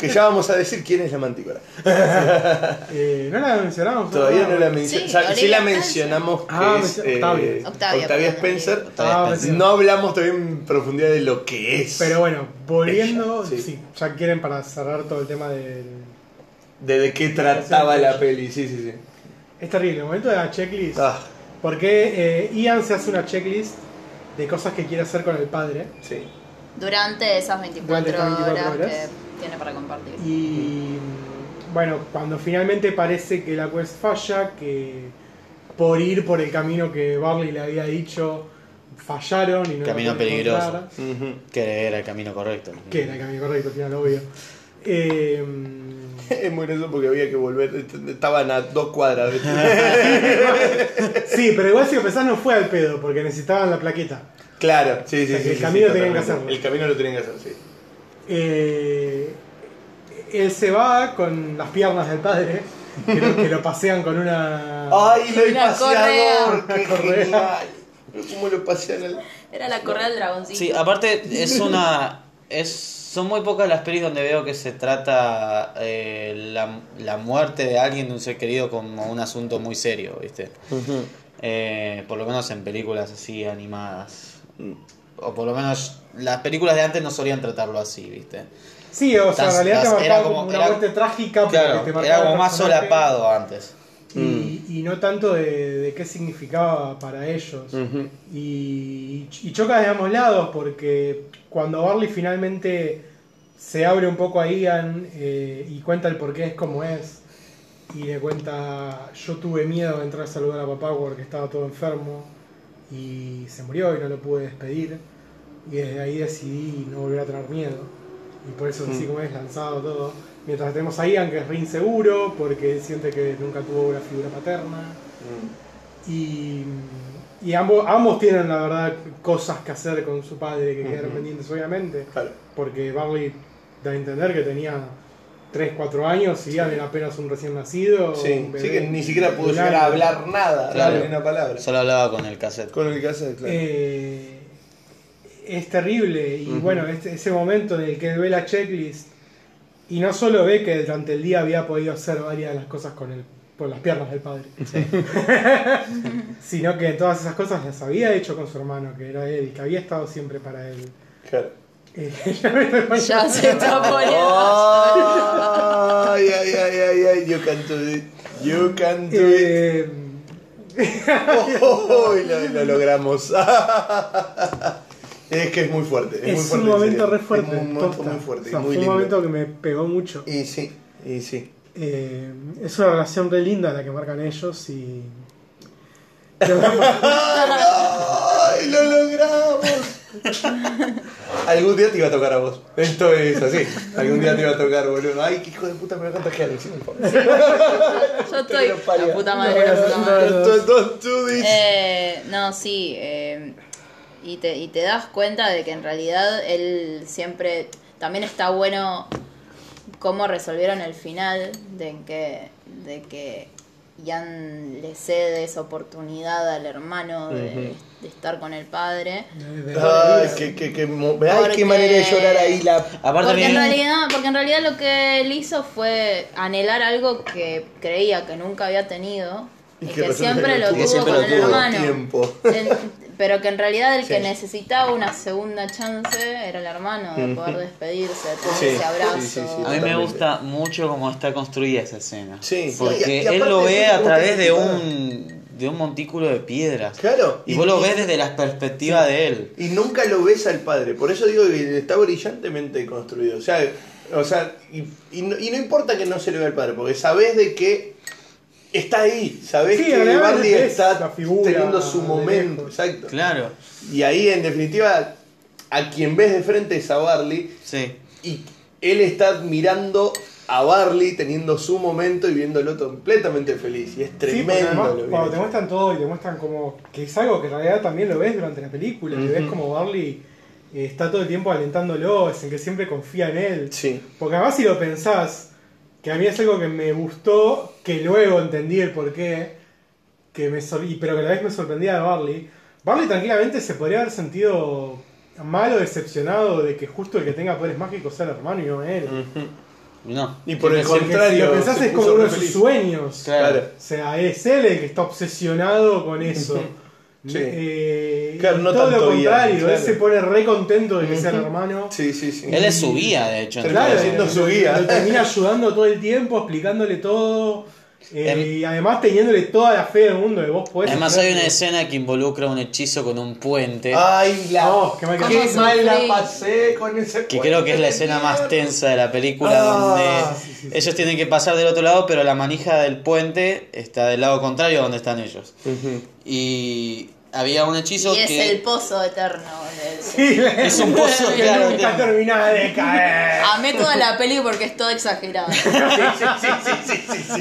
Speaker 4: Que ya vamos a decir quién es la mantícora.
Speaker 3: Ah, Eh, no la mencionamos.
Speaker 4: Todavía no la
Speaker 5: Sí,
Speaker 4: mencionamos. o sea, sí
Speaker 5: Olivia
Speaker 4: la mencionamos que
Speaker 3: Ah,
Speaker 4: es
Speaker 3: mencio- Octavia.
Speaker 4: eh,
Speaker 5: Octavia,
Speaker 4: Octavia
Speaker 5: perdón,
Speaker 4: Spencer.
Speaker 3: Ah,
Speaker 2: Está
Speaker 3: pensé-
Speaker 2: bien,
Speaker 4: No hablamos todavía en profundidad de lo que es.
Speaker 3: Pero bueno, volviendo,
Speaker 4: Ella, sí.
Speaker 3: si ya quieren para cerrar todo el tema del...
Speaker 4: de, de qué trataba la peli, sí, sí, sí.
Speaker 3: Es terrible, el momento de la checklist.
Speaker 4: Ah,
Speaker 3: Porque eh, Ian se hace una checklist de cosas que quiere hacer con el padre.
Speaker 4: sí.
Speaker 5: Durante esas 24,
Speaker 3: Durante esas 24
Speaker 5: horas,
Speaker 3: horas.
Speaker 5: que tiene para compartir.
Speaker 3: Y bueno, cuando finalmente parece que la quest falla, que por ir por el camino que Barley le había dicho, fallaron y no lo
Speaker 2: Camino
Speaker 3: pueden
Speaker 2: peligroso.
Speaker 3: encontrar,
Speaker 4: Ujú. *laughs*
Speaker 2: Que era el camino correcto.
Speaker 3: Que era el camino correcto, al final, obvio. Eh,
Speaker 4: Es muy gracioso porque había que volver. est- Estaban a dos cuadras.
Speaker 3: sí, pero igual si lo pensás no fue al pedo, porque necesitaban la plaqueta.
Speaker 4: *laughs* claro, sí, sí,
Speaker 3: sea,
Speaker 4: sí,
Speaker 3: que el
Speaker 4: sí,
Speaker 3: camino
Speaker 4: sí,
Speaker 3: tenían que
Speaker 4: totalmente.
Speaker 3: hacerlo.
Speaker 4: El camino lo tenían que hacer, sí.
Speaker 3: Eh, él se va con las piernas del padre que lo, que lo pasean con una.
Speaker 4: ¡Ay, lo del
Speaker 5: Una
Speaker 4: paseador!
Speaker 3: correa.
Speaker 4: ¡Qué
Speaker 3: Ah. Una correa.
Speaker 4: genial! ¿Cómo lo pasean al.?
Speaker 5: Era la correa del dragoncito.
Speaker 2: Sí, aparte es una... Es, son muy pocas las pelis donde veo que se trata eh, la, la muerte de alguien, de un ser querido, como un asunto muy serio, ¿viste? Eh, por lo menos en películas así animadas. O por lo menos las películas de antes no solían tratarlo así, ¿viste?
Speaker 3: Sí, o sea, en
Speaker 2: Tas-
Speaker 3: realidad te
Speaker 2: tas-
Speaker 3: marcaba
Speaker 2: era
Speaker 3: como,
Speaker 2: como-
Speaker 3: una
Speaker 2: era-
Speaker 3: muerte trágica. porque
Speaker 2: Claro,
Speaker 3: te marcaba
Speaker 2: era
Speaker 3: el
Speaker 2: como más Mm.
Speaker 3: personaje
Speaker 2: solapado antes.
Speaker 3: Y, y no tanto de, de qué significaba para ellos. y, y choca de ambos lados, porque cuando Barley finalmente se abre un poco a Ian eh, y cuenta el por qué es como es, y le cuenta, yo tuve miedo de entrar a saludar a papá porque estaba todo enfermo, y se murió y no lo pude despedir, y desde ahí decidí no volver a tener miedo. Y por eso es así como es lanzado todo. Mientras tenemos a Ian, que es re inseguro, porque siente que nunca tuvo una figura paterna.
Speaker 4: Mm,
Speaker 3: Y, y ambos, ambos tienen, la verdad, cosas que hacer con su padre que quedaron pendientes, obviamente.
Speaker 4: Claro.
Speaker 3: Porque Barley da a entender que tenía 3, 4 años y Ian era apenas un recién nacido.
Speaker 4: Sí,
Speaker 3: un bebé
Speaker 4: sí que ni siquiera pudo
Speaker 3: un
Speaker 4: llegar a
Speaker 3: año.
Speaker 4: hablar nada,
Speaker 2: Claro.
Speaker 4: darle una palabra.
Speaker 2: Solo hablaba con el cassette.
Speaker 4: Con el caso de claro.
Speaker 3: Eh, es terrible. Y bueno, este- ese momento en el que ve la checklist y no solo ve que durante el día había podido hacer varias de las cosas con el, con las piernas del padre, *laughs* sino que todas esas cosas las había hecho con su hermano, que era él, que había estado siempre para él.
Speaker 4: Claro.
Speaker 3: Eh, ya me estoy poniendo-
Speaker 5: *laughs* Ya se
Speaker 4: *laughs*
Speaker 5: está poniendo.
Speaker 4: Oh. Ay, ay, ay, ay, ay, you can do it. You can do it.
Speaker 3: Eh,
Speaker 4: *laughs* Oh, lo, lo logramos. *laughs* es que es muy fuerte. Es, muy
Speaker 3: es
Speaker 4: fuerte,
Speaker 3: un
Speaker 4: en
Speaker 3: momento
Speaker 4: serio.
Speaker 3: re fuerte.
Speaker 4: Es un momento
Speaker 3: posta.
Speaker 4: muy fuerte.
Speaker 3: O sea,
Speaker 4: y muy
Speaker 3: fue un
Speaker 4: lindo.
Speaker 3: momento que me pegó mucho.
Speaker 4: Y sí, y sí.
Speaker 3: Eh, es una relación re linda la que marcan ellos
Speaker 4: *laughs*
Speaker 3: y.
Speaker 4: ¡Ay, lo
Speaker 3: *laughs*
Speaker 4: logramos! Algún día te iba a tocar a vos. Esto es así. Algún día te iba a tocar, boludo. Ay, qué hijo de puta me va a contagiar. Sí, por favor.
Speaker 5: Yo estoy.
Speaker 4: Pero parió.
Speaker 5: La puta madre, la puta madre.
Speaker 4: Don't- don't do this.
Speaker 5: Eh, no, sí. eh, y, te, y te das cuenta de que en realidad él siempre. También está bueno cómo resolvieron el final de que, de que Ian le cede esa oportunidad al hermano de, de estar con el padre.
Speaker 3: Eh.
Speaker 4: Ay, qué, qué, qué, mo- ay, qué
Speaker 5: Porque-
Speaker 4: manera de llorar ahí la.
Speaker 2: Aparte
Speaker 5: Porque en,
Speaker 2: también-
Speaker 5: realidad, porque en realidad lo que él hizo fue anhelar algo que creía que nunca había tenido y, que,
Speaker 4: resulta
Speaker 5: siempre lo
Speaker 2: que
Speaker 5: tuvo
Speaker 2: siempre
Speaker 5: con
Speaker 2: lo
Speaker 5: el
Speaker 2: tuvo.
Speaker 5: hermano.
Speaker 4: Tiempo.
Speaker 5: En- pero que en realidad el que
Speaker 4: Sí.
Speaker 5: necesitaba una segunda chance era el hermano de poder despedirse, de tener
Speaker 4: Sí,
Speaker 5: ese abrazo.
Speaker 4: sí, sí, sí.
Speaker 2: A mí me
Speaker 4: Totalmente.
Speaker 2: gusta mucho cómo está construida esa escena.
Speaker 4: Sí.
Speaker 2: Porque
Speaker 4: Y a-
Speaker 2: él
Speaker 4: y
Speaker 2: lo
Speaker 4: aparte
Speaker 2: ve
Speaker 4: es
Speaker 2: a
Speaker 4: como
Speaker 2: través
Speaker 4: que-
Speaker 2: de un de un montículo de piedras.
Speaker 4: Claro.
Speaker 2: Y vos lo ves desde la perspectiva de él.
Speaker 4: Y nunca lo ves al padre. Por eso digo que está brillantemente construido. O sea, o sea y, y no, y no importa que no se le vea al padre, porque sabés de que está ahí. Sabés
Speaker 3: Sí,
Speaker 4: que
Speaker 3: realmente
Speaker 4: Barney
Speaker 3: es
Speaker 4: está
Speaker 3: la figura
Speaker 4: teniendo su
Speaker 3: de
Speaker 4: momento.
Speaker 3: lejos.
Speaker 4: Exacto.
Speaker 2: Claro,
Speaker 4: Y ahí, en definitiva, a quien ves de frente es a Barley.
Speaker 2: sí.
Speaker 4: Y él está mirando a Barley teniendo su momento y viéndolo completamente feliz. Y es
Speaker 3: Sí, porque
Speaker 4: tremendo.
Speaker 3: además,
Speaker 4: lo bien
Speaker 3: cuando te
Speaker 4: hecho.
Speaker 3: muestran todo y te muestran como que es algo que en realidad también lo ves durante la película, que ves como Barley eh, está todo el tiempo alentándolo, es en que siempre confía en él.
Speaker 4: Sí.
Speaker 3: Porque además si lo pensás, que a mí es algo que me gustó, que luego entendí el porqué, que me sor- y- pero que a la vez me sorprendía de Barley. Barley tranquilamente se podría haber sentido malo, decepcionado de que justo el que tenga poderes mágicos sea el hermano y no él.
Speaker 2: No.
Speaker 4: Y por el
Speaker 3: Porque si
Speaker 4: Mm. contrario,
Speaker 3: lo pensás
Speaker 4: se
Speaker 3: es como
Speaker 4: puso
Speaker 3: uno de
Speaker 4: re
Speaker 3: sus
Speaker 4: feliz.
Speaker 3: sueños.
Speaker 4: Claro.
Speaker 3: O sea, es él el que está obsesionado con eso.
Speaker 4: Sí.
Speaker 3: Eh,
Speaker 4: Claro,
Speaker 3: y
Speaker 4: no
Speaker 3: todo
Speaker 4: tanto
Speaker 3: lo
Speaker 4: Ian,
Speaker 3: contrario,
Speaker 4: claro.
Speaker 3: él se pone re contento de que sea el hermano.
Speaker 4: Sí, sí, sí.
Speaker 2: Él es su guía, de hecho. en
Speaker 4: Claro,
Speaker 2: todo eso.
Speaker 4: siendo su guía.
Speaker 3: Lo termina ayudando todo el tiempo, explicándole todo. eh,
Speaker 2: Em-
Speaker 3: y además teniéndole toda la fe del mundo de vos podés.
Speaker 2: Además hay
Speaker 3: hacerlo.
Speaker 2: una escena que involucra un hechizo con un puente.
Speaker 4: Ay, la.
Speaker 3: No, qué mal que-
Speaker 5: ¿Cómo
Speaker 3: *laughs*
Speaker 5: sufrí?
Speaker 4: pasé con ese
Speaker 2: Que creo que es la escena más tensa de la película
Speaker 4: Ah,
Speaker 2: donde ellos tienen que pasar del otro lado, pero la manija del puente está del lado contrario a donde están ellos. Y había un hechizo
Speaker 5: Y es
Speaker 2: que
Speaker 5: el pozo eterno. del-
Speaker 3: Sí,
Speaker 2: es un pozo
Speaker 3: que
Speaker 2: claro,
Speaker 3: nunca terminaba de caer.
Speaker 5: Amé toda la peli porque es todo exagerado.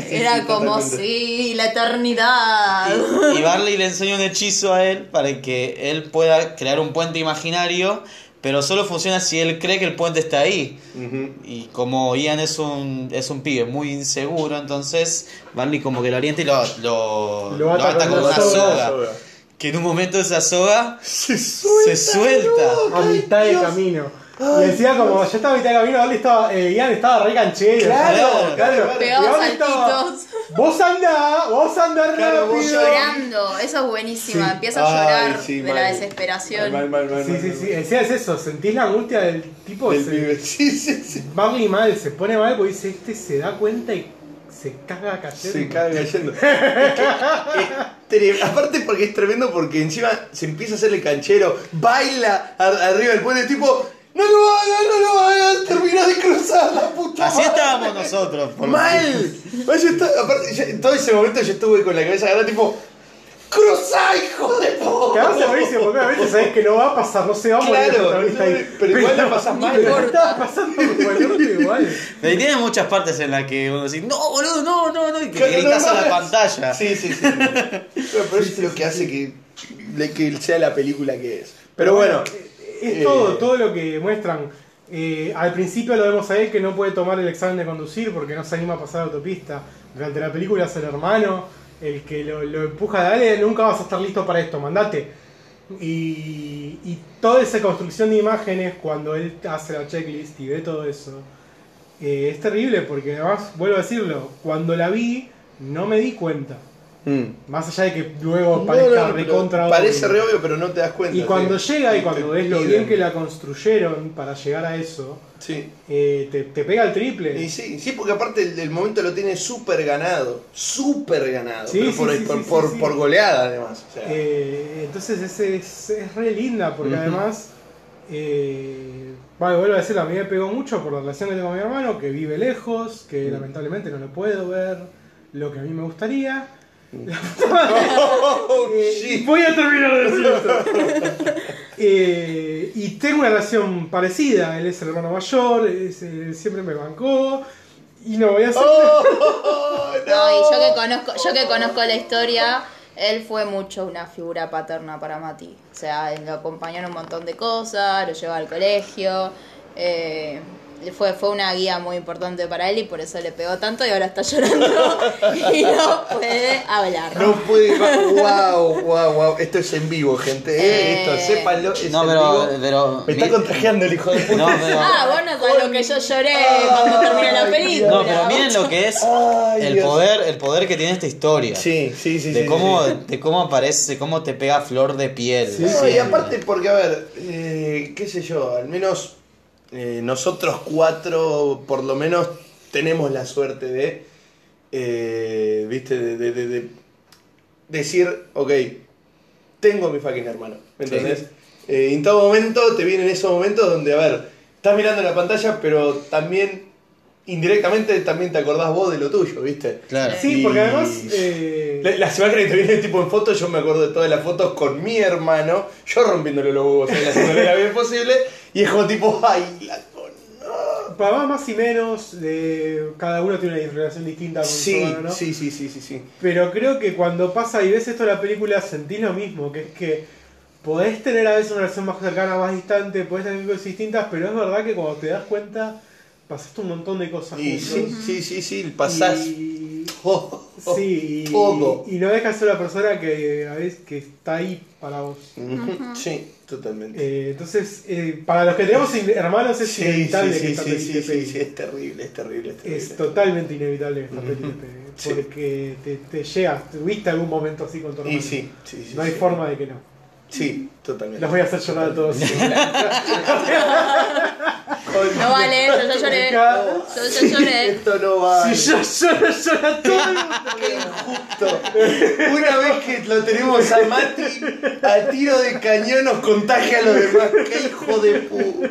Speaker 5: Era como sí, la eternidad.
Speaker 2: Y Barley le enseña un hechizo a él para que él pueda crear un puente imaginario Pero solo funciona si él cree que el puente está ahí.
Speaker 4: Ujú.
Speaker 2: Y como Ian es un, es un pibe muy inseguro, entonces Barney como que lo orienta y lo, lo,
Speaker 3: Lo ata con
Speaker 2: con
Speaker 3: una
Speaker 2: una
Speaker 3: soga.
Speaker 2: soga. Que en un momento esa soga se suelta.
Speaker 3: A mitad de camino. Y decía como, ya estaba a mitad de camino, Barney estaba, eh, Ian estaba re canchero.
Speaker 2: Claro.
Speaker 4: Claro, claro.
Speaker 5: Pegaba
Speaker 3: Y Barney
Speaker 5: saltitos.
Speaker 3: Vos andá, vos andá
Speaker 4: Claro, vos
Speaker 3: rápido.
Speaker 5: Llorando, eso es buenísimo.
Speaker 4: Sí.
Speaker 5: Empieza a
Speaker 4: Ay,
Speaker 5: llorar
Speaker 4: sí,
Speaker 5: de la
Speaker 4: mal.
Speaker 5: desesperación.
Speaker 4: Mal, mal, mal,
Speaker 3: Sí,
Speaker 4: mal,
Speaker 3: sí,
Speaker 4: mal,
Speaker 3: sí,
Speaker 4: mal.
Speaker 3: decía es eso, sentís la angustia del tipo.
Speaker 4: Del
Speaker 3: se-
Speaker 4: pibe. *laughs* Sí, sí, sí.
Speaker 3: Barney mal, se pone mal porque dice, este se da cuenta y se caga a cayendo.
Speaker 4: Se cae cayendo. *laughs* Es que es tre- Aparte porque es tremendo porque encima se empieza a hacer el canchero, baila a- arriba del puente tipo, no lo hagas, no lo hagas, termina de cruzar la puta.
Speaker 2: Así
Speaker 4: madre".
Speaker 2: estábamos nosotros. por-
Speaker 4: Mal. Mal, yo estaba- aparte, yo- en todo ese momento yo estuve con la cabeza agarrada tipo, cruzá, hijo de
Speaker 3: Te vas a
Speaker 4: puta.
Speaker 3: reírse porque
Speaker 4: *laughs*
Speaker 3: obviamente sabés que no va a pasar, no se va a morir
Speaker 4: Claro,
Speaker 3: el protagonista
Speaker 4: no,
Speaker 3: ahí.
Speaker 4: pero igual la pasás mal.
Speaker 3: Pero estaba pasando como el orto igual.
Speaker 2: Pero tiene muchas partes en las que uno dice, no, boludo, no, no, no, y que
Speaker 4: Claro, no
Speaker 2: gritas a la
Speaker 4: mames.
Speaker 2: pantalla.
Speaker 4: Sí, sí, *laughs* sí. Pero, pero eso es lo que hace que, le- que sea la película que es. Pero bueno,
Speaker 3: Es
Speaker 4: eh,
Speaker 3: todo, todo lo que muestran. Eh, al principio lo vemos a él que no puede tomar el examen de conducir porque no se anima a pasar autopista. Durante la película es el hermano, el que lo, lo empuja, dale, nunca vas a estar listo para esto, mandate. Y, y toda esa construcción de imágenes, cuando él hace la checklist y ve todo eso, eh, es terrible porque además, vuelvo a decirlo, cuando la vi no me di cuenta.
Speaker 4: mm.
Speaker 3: Más allá de que luego
Speaker 4: No,
Speaker 3: parezca
Speaker 4: no, no, pero
Speaker 3: recontra
Speaker 4: Parece
Speaker 3: obvio.
Speaker 4: re obvio, pero no te das cuenta.
Speaker 3: Y cuando
Speaker 4: sí. Este
Speaker 3: llega y
Speaker 4: Te-
Speaker 3: cuando
Speaker 4: te
Speaker 3: ves lo
Speaker 4: piden.
Speaker 3: bien que la construyeron para llegar a eso,
Speaker 4: Sí.
Speaker 3: eh, te, te pega el triple.
Speaker 4: Y sí, sí, porque aparte el, el momento lo tiene súper ganado. Súper ganado.
Speaker 3: Sí,
Speaker 4: pero
Speaker 3: sí,
Speaker 4: por,
Speaker 3: sí,
Speaker 4: por,
Speaker 3: sí, sí,
Speaker 4: por-
Speaker 3: sí.
Speaker 4: por goleada, además. o sea.
Speaker 3: Eh, entonces es, es, es re linda porque
Speaker 4: Ujú.
Speaker 3: además, eh, vale, vuelvo a decirlo, a mí me pegó mucho por la relación que tengo con mi hermano, que vive lejos, que
Speaker 4: Mm.
Speaker 3: lamentablemente no lo puedo ver, lo que a mí me gustaría.
Speaker 4: *laughs* Oh,
Speaker 3: Eh,
Speaker 4: shit.
Speaker 3: Voy a terminar de
Speaker 4: *laughs*
Speaker 3: decir esto. Eh, y tengo una relación parecida. Él es el hermano mayor, es, eh, siempre me bancó. Y no voy a hacer.
Speaker 4: Oh,
Speaker 5: No, y yo que
Speaker 4: no.
Speaker 5: conozco, yo que conozco la historia, él fue mucho una figura paterna para Mati. O sea, él lo acompañó en un montón de cosas, lo llevó al colegio. eh, fue, fue una guía muy importante para él y por eso le pegó tanto y ahora
Speaker 4: *laughs*
Speaker 5: está llorando y no puede hablar.
Speaker 4: No puede. Wow, wow, wow. Esto es en vivo, gente. eh,
Speaker 5: Eh.
Speaker 4: esto, sépanlo. Es
Speaker 2: No,
Speaker 4: en
Speaker 2: pero,
Speaker 4: vivo.
Speaker 2: pero.
Speaker 4: Me está
Speaker 2: mi-
Speaker 4: contagiando el hijo de puta.
Speaker 2: No, pero.
Speaker 5: *laughs* Ah, vos no sabés lo que yo lloré cuando terminó la
Speaker 4: Ay,
Speaker 5: película.
Speaker 2: No, pero miren lo que es
Speaker 4: *laughs* Ay,
Speaker 2: el
Speaker 4: Dios.
Speaker 2: poder, el poder que tiene esta historia.
Speaker 4: Sí, sí, sí.
Speaker 2: de
Speaker 4: sí,
Speaker 2: cómo,
Speaker 4: sí.
Speaker 2: de cómo aparece, cómo te pega flor de piel.
Speaker 4: No,
Speaker 2: Sí.
Speaker 4: y aparte, porque a ver, eh, qué sé yo, al menos eh, nosotros cuatro, por lo menos, tenemos la suerte de, eh, viste, de, de- de- de decir, ok, tengo a mi fucking hermano, ¿me
Speaker 2: Sí.
Speaker 4: entendés? Eh, y en todo momento te vienen esos momentos donde, a ver, estás mirando la pantalla, pero también, indirectamente, también te acordás vos de lo tuyo, viste.
Speaker 2: Claro.
Speaker 3: Sí, porque además.
Speaker 4: Y-
Speaker 3: eh,
Speaker 4: La- Las imágenes que te vienen tipo en fotos, yo me acuerdo de todas las fotos con mi hermano, yo rompiéndole los huevos en la manera bien posible, y es como tipo, ay, la con...
Speaker 3: Para más, más y menos, eh, cada uno tiene una relación distinta con su
Speaker 4: Sí,
Speaker 3: hermano, ¿no?
Speaker 4: sí, sí, sí, sí, sí.
Speaker 3: Pero creo que cuando pasa y ves esto en la película, sentís lo mismo, que es que podés tener a veces una relación más cercana, más distante, podés tener cosas distintas, pero es verdad que cuando te das cuenta, pasaste un montón de cosas
Speaker 4: Y sí,
Speaker 3: juntos.
Speaker 4: sí, sí, sí, pasás.
Speaker 3: Y-
Speaker 4: Oh, oh.
Speaker 3: sí, y-
Speaker 4: todo.
Speaker 3: y, no dejas ser la persona que a veces que está ahí para vos.
Speaker 4: Ujú, Sí, totalmente.
Speaker 3: Eh, entonces, eh, para los que tenemos in- hermanos es
Speaker 4: sí, sí,
Speaker 3: inevitable que
Speaker 4: sí,
Speaker 3: esta
Speaker 4: sí,
Speaker 3: peli te
Speaker 4: sí,
Speaker 3: pegue.
Speaker 4: sí, sí, es terrible, es terrible, es terrible.
Speaker 3: Es totalmente inevitable que esta peli te pegue,
Speaker 4: Sí.
Speaker 3: porque te, te llega, tuviste algún momento así con tu hermano.
Speaker 4: Y sí, sí, sí.
Speaker 3: no hay
Speaker 4: sí.
Speaker 3: forma de que no.
Speaker 4: Sí, totalmente.
Speaker 3: Los voy a hacer llorar
Speaker 4: *laughs*
Speaker 3: a todos.
Speaker 5: No vale, yo ya lloré.
Speaker 3: Acá.
Speaker 5: Yo ya lloré.
Speaker 4: Esto no va.
Speaker 3: Si yo lloro, llora todo el mundo.
Speaker 4: Qué injusto. Una vez que lo tenemos a Mati, a tiro de cañón nos contagia a los demás. Qué hijo de pu.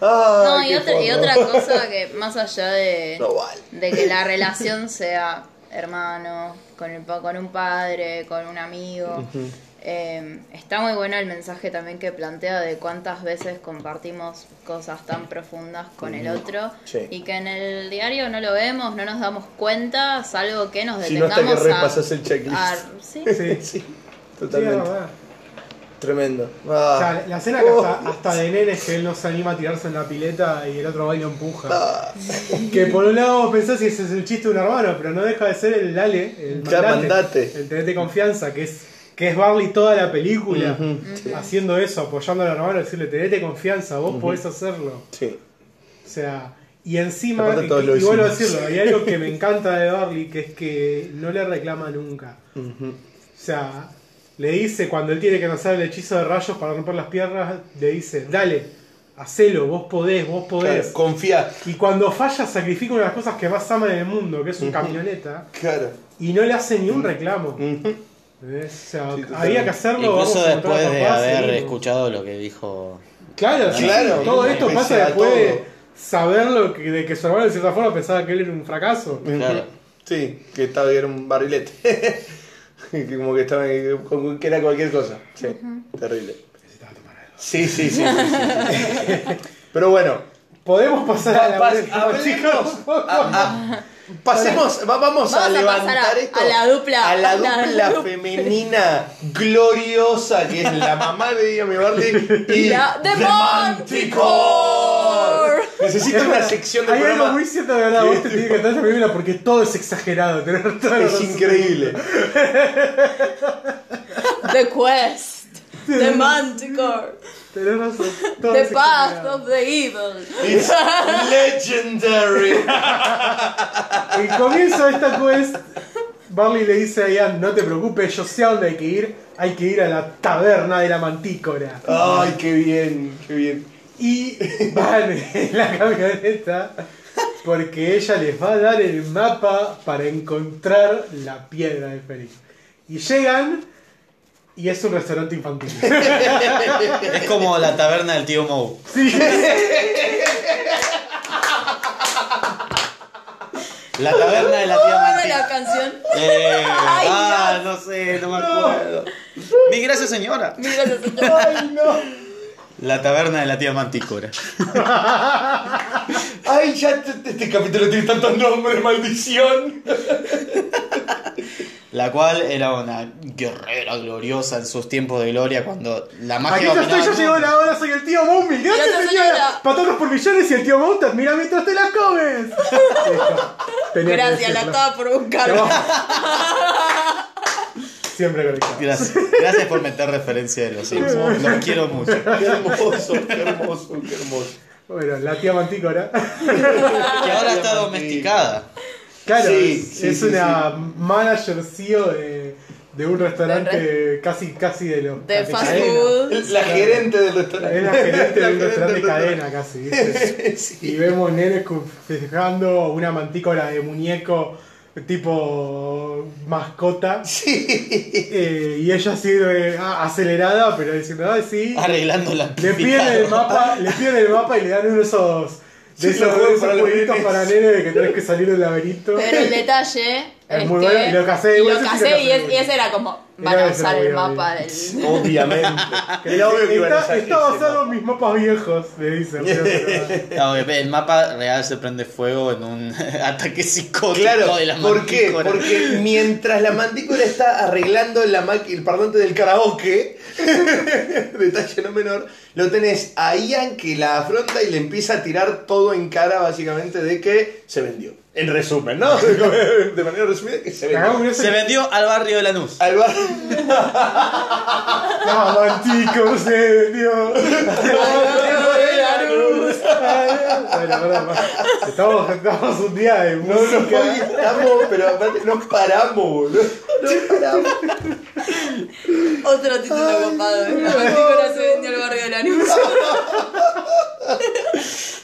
Speaker 5: No,
Speaker 4: Ay,
Speaker 5: y
Speaker 4: qué
Speaker 5: otra, y
Speaker 4: forro.
Speaker 5: otra cosa que más allá de...
Speaker 4: *laughs* No vale.
Speaker 5: de que la relación sea hermano, con, el, pa- con un padre, con un amigo. Eh, está muy bueno el mensaje también que plantea de cuántas veces compartimos cosas tan profundas con el otro
Speaker 4: Sí.
Speaker 5: y que en el diario no lo vemos, no nos damos cuenta, salvo que nos
Speaker 4: Si no, hasta que
Speaker 5: detengamos a-
Speaker 4: repasas el checklist.
Speaker 5: a, *laughs* sí,
Speaker 3: Sí,
Speaker 4: Sí,
Speaker 3: sí, es
Speaker 4: totalmente.
Speaker 3: verdad.
Speaker 4: Tremendo.
Speaker 3: O
Speaker 4: Ah.
Speaker 3: sea, la escena que hasta,
Speaker 4: Oh.
Speaker 3: hasta de nenes que él no se anima a tirarse en la pileta y el otro va y lo empuja.
Speaker 4: Ah.
Speaker 3: Que por un lado vos pensás si ese es el chiste de un hermano, pero no deja de ser el Ale, el
Speaker 4: Ya
Speaker 3: mandate,
Speaker 4: mandate.
Speaker 3: el tenete confianza, que es que es Barley toda la película haciendo eso, apoyando al hermano, decirle tenete confianza, vos podés hacerlo.
Speaker 4: Sí.
Speaker 3: O sea, y encima,
Speaker 4: Aparte
Speaker 3: y,
Speaker 4: todos lo
Speaker 3: y vuelvo a
Speaker 4: hicimos.
Speaker 3: decirlo, hay algo
Speaker 4: *laughs*
Speaker 3: que me encanta de Barley, que es que no le reclama nunca. O sea, le dice cuando él tiene que lanzar el hechizo de rayos para romper las piernas, le dice, dale, hacelo, vos podés, vos podés.
Speaker 4: Claro, confía.
Speaker 3: Y cuando falla, sacrifica una de las cosas que más ama en el mundo, que es un camioneta,
Speaker 4: Claro.
Speaker 3: y no le hace ni un reclamo. ¿Ves? O sea,
Speaker 4: Sí, totalmente.
Speaker 3: había que hacerlo.
Speaker 2: Incluso
Speaker 3: vamos a encontrar
Speaker 2: después
Speaker 3: a
Speaker 2: de
Speaker 3: papá,
Speaker 2: haber
Speaker 3: seguimos.
Speaker 2: escuchado lo que dijo.
Speaker 3: Claro, sí,
Speaker 4: Claro,
Speaker 3: todo
Speaker 4: sí,
Speaker 3: esto
Speaker 4: pese
Speaker 3: pasa
Speaker 4: a
Speaker 3: después
Speaker 4: todo.
Speaker 3: de saber lo que, de que su hermano de cierta forma pensaba que él era un fracaso.
Speaker 2: Claro.
Speaker 4: Sí, que estaba que era un barrilete. *laughs* que como que estaba como que era cualquier cosa. Sí, terrible. Sí, sí, sí. sí, sí, sí, sí, sí. *laughs* Pero bueno,
Speaker 3: Podemos pasar a la
Speaker 4: Pa-
Speaker 3: última,
Speaker 4: hablemos.
Speaker 3: chicos.
Speaker 4: a- a- Ah, pasemos, va- vamos, a
Speaker 5: Vamos a
Speaker 4: levantar
Speaker 5: pasar a-
Speaker 4: esto
Speaker 5: a la dupla-
Speaker 4: a la
Speaker 5: a la
Speaker 4: dupla
Speaker 5: dupla.
Speaker 4: femenina gloriosa que es la mamá de Diego Barley y
Speaker 5: La- The
Speaker 4: The Manticore. Necesito una sección de
Speaker 3: Hay algo
Speaker 4: programa.
Speaker 3: muy cierto de verdad, vos te tienes que entrar esa película porque todo es exagerado. tenés toda la
Speaker 4: Es
Speaker 3: razón.
Speaker 4: increíble.
Speaker 5: The Quest. The Manticore.
Speaker 3: Tenés razón, todo
Speaker 5: The
Speaker 3: es
Speaker 5: Path
Speaker 3: exagerado.
Speaker 5: of the Evil.
Speaker 4: It's legendary.
Speaker 3: El comienzo de esta quest, Barley le dice a Ian, no te preocupes, yo sé a dónde hay que ir, hay que ir a la taberna de la mantícora.
Speaker 4: Ay, qué bien, qué bien.
Speaker 3: Y *laughs* van en la camioneta porque ella les va a dar el mapa para encontrar la piedra de Félix. Y llegan y es un restaurante infantil.
Speaker 2: Es como la taberna del tío Mou.
Speaker 3: Sí.
Speaker 2: La taberna de la tía
Speaker 5: ¿Cómo era
Speaker 2: Martín.
Speaker 5: la canción?
Speaker 2: Eh,
Speaker 5: Ay,
Speaker 2: ah, no sé, no me acuerdo. Mi gracias, señora.
Speaker 5: Mira la señora.
Speaker 4: Ay, no.
Speaker 2: La taberna de la tía Mantícora.
Speaker 4: Ay, ya te- te- este capítulo tiene tantos nombres, maldición.
Speaker 2: La cual era una guerrera gloriosa en sus tiempos de gloria cuando la
Speaker 3: Aquí
Speaker 2: magia
Speaker 3: yo estoy,
Speaker 2: dominaba
Speaker 3: ya
Speaker 2: el
Speaker 3: llegó
Speaker 2: mundo.
Speaker 3: la hora, soy el tío Mumi. Gracias,
Speaker 5: Gracias,
Speaker 3: señora.
Speaker 5: señora.
Speaker 3: Patatas por millones y el tío Mou te admira mientras te las
Speaker 5: *laughs*
Speaker 3: comes. Listo. Tenía que
Speaker 5: Gracias, la
Speaker 3: decirlo.
Speaker 5: estaba por buscar.
Speaker 3: *laughs* Siempre conectado.
Speaker 2: Gracias, gracias por meter referencia de los Simpsons. Los quiero
Speaker 4: *laughs*
Speaker 2: mucho.
Speaker 4: Qué hermoso, qué hermoso, qué hermoso.
Speaker 3: Bueno, la tía Mantícora.
Speaker 2: Que ahora está domesticada.
Speaker 3: Claro,
Speaker 4: Sí,
Speaker 3: es,
Speaker 4: sí,
Speaker 3: es
Speaker 4: sí,
Speaker 3: una manager CEO de, de un restaurante
Speaker 5: De
Speaker 3: casi, casi de los *laughs*
Speaker 5: De fast
Speaker 3: cadena.
Speaker 5: food.
Speaker 4: La gerente del restaurante.
Speaker 3: Es
Speaker 4: *laughs*
Speaker 3: la gerente de un restaurante de
Speaker 4: del
Speaker 3: cadena casi, ¿viste? Y vemos nenes cu- festejando una mantícora de muñeco tipo mascota. Eh, y ella así de- ah, acelerada, pero diciendo, ah, sí.
Speaker 2: Arreglando la
Speaker 3: Le piden el mapa, le piden el mapa y le dan uno de esos, de
Speaker 4: Sí,
Speaker 3: esos,
Speaker 4: los juegos
Speaker 3: de esos
Speaker 4: para los
Speaker 3: jueguitos
Speaker 4: nenes.
Speaker 3: para nenes de que tenés que salir del laberinto.
Speaker 5: Pero el detalle
Speaker 3: Es muy bueno, y lo casé,
Speaker 5: y
Speaker 3: igual
Speaker 5: lo
Speaker 3: sí
Speaker 5: casé,
Speaker 3: lo casé,
Speaker 5: y, es-
Speaker 3: igual.
Speaker 5: y ese era como van
Speaker 3: Era
Speaker 5: a
Speaker 3: ese,
Speaker 5: usar el
Speaker 3: obvio,
Speaker 5: mapa
Speaker 3: obvio.
Speaker 4: *laughs*
Speaker 5: del
Speaker 4: Obviamente. Era obvio que iban a
Speaker 3: Está,
Speaker 4: sacar
Speaker 3: está
Speaker 4: ese
Speaker 3: basado en
Speaker 4: mapa.
Speaker 3: mis mapas viejos, le dicen. pero se
Speaker 4: *laughs*
Speaker 3: lo-
Speaker 2: No, el mapa real se prende fuego en un *laughs* ataque psicótico
Speaker 4: Claro,
Speaker 2: de la
Speaker 4: ¿por qué?
Speaker 2: mantícora.
Speaker 4: Porque mientras la mantícora está arreglando la maqui- el parlante del karaoke, *laughs* detalle no menor, lo tenés a Ian que la afronta y le empieza a tirar todo en cara básicamente de que se vendió. En resumen, ¿no? *laughs* De manera resumida, que se
Speaker 3: La
Speaker 4: vendió. *laughs*
Speaker 3: cagamos,
Speaker 2: Se vendió al barrio de Lanús.
Speaker 4: Al bar-
Speaker 3: La mantico se vendió. Bueno, pará, pará. Estamos, estamos un día de
Speaker 4: No, no, hoy
Speaker 3: música.
Speaker 4: estamos, pero aparte no paramos, boludo. No paramos.
Speaker 5: otro título copado. La película se vendió al barrio de la luz.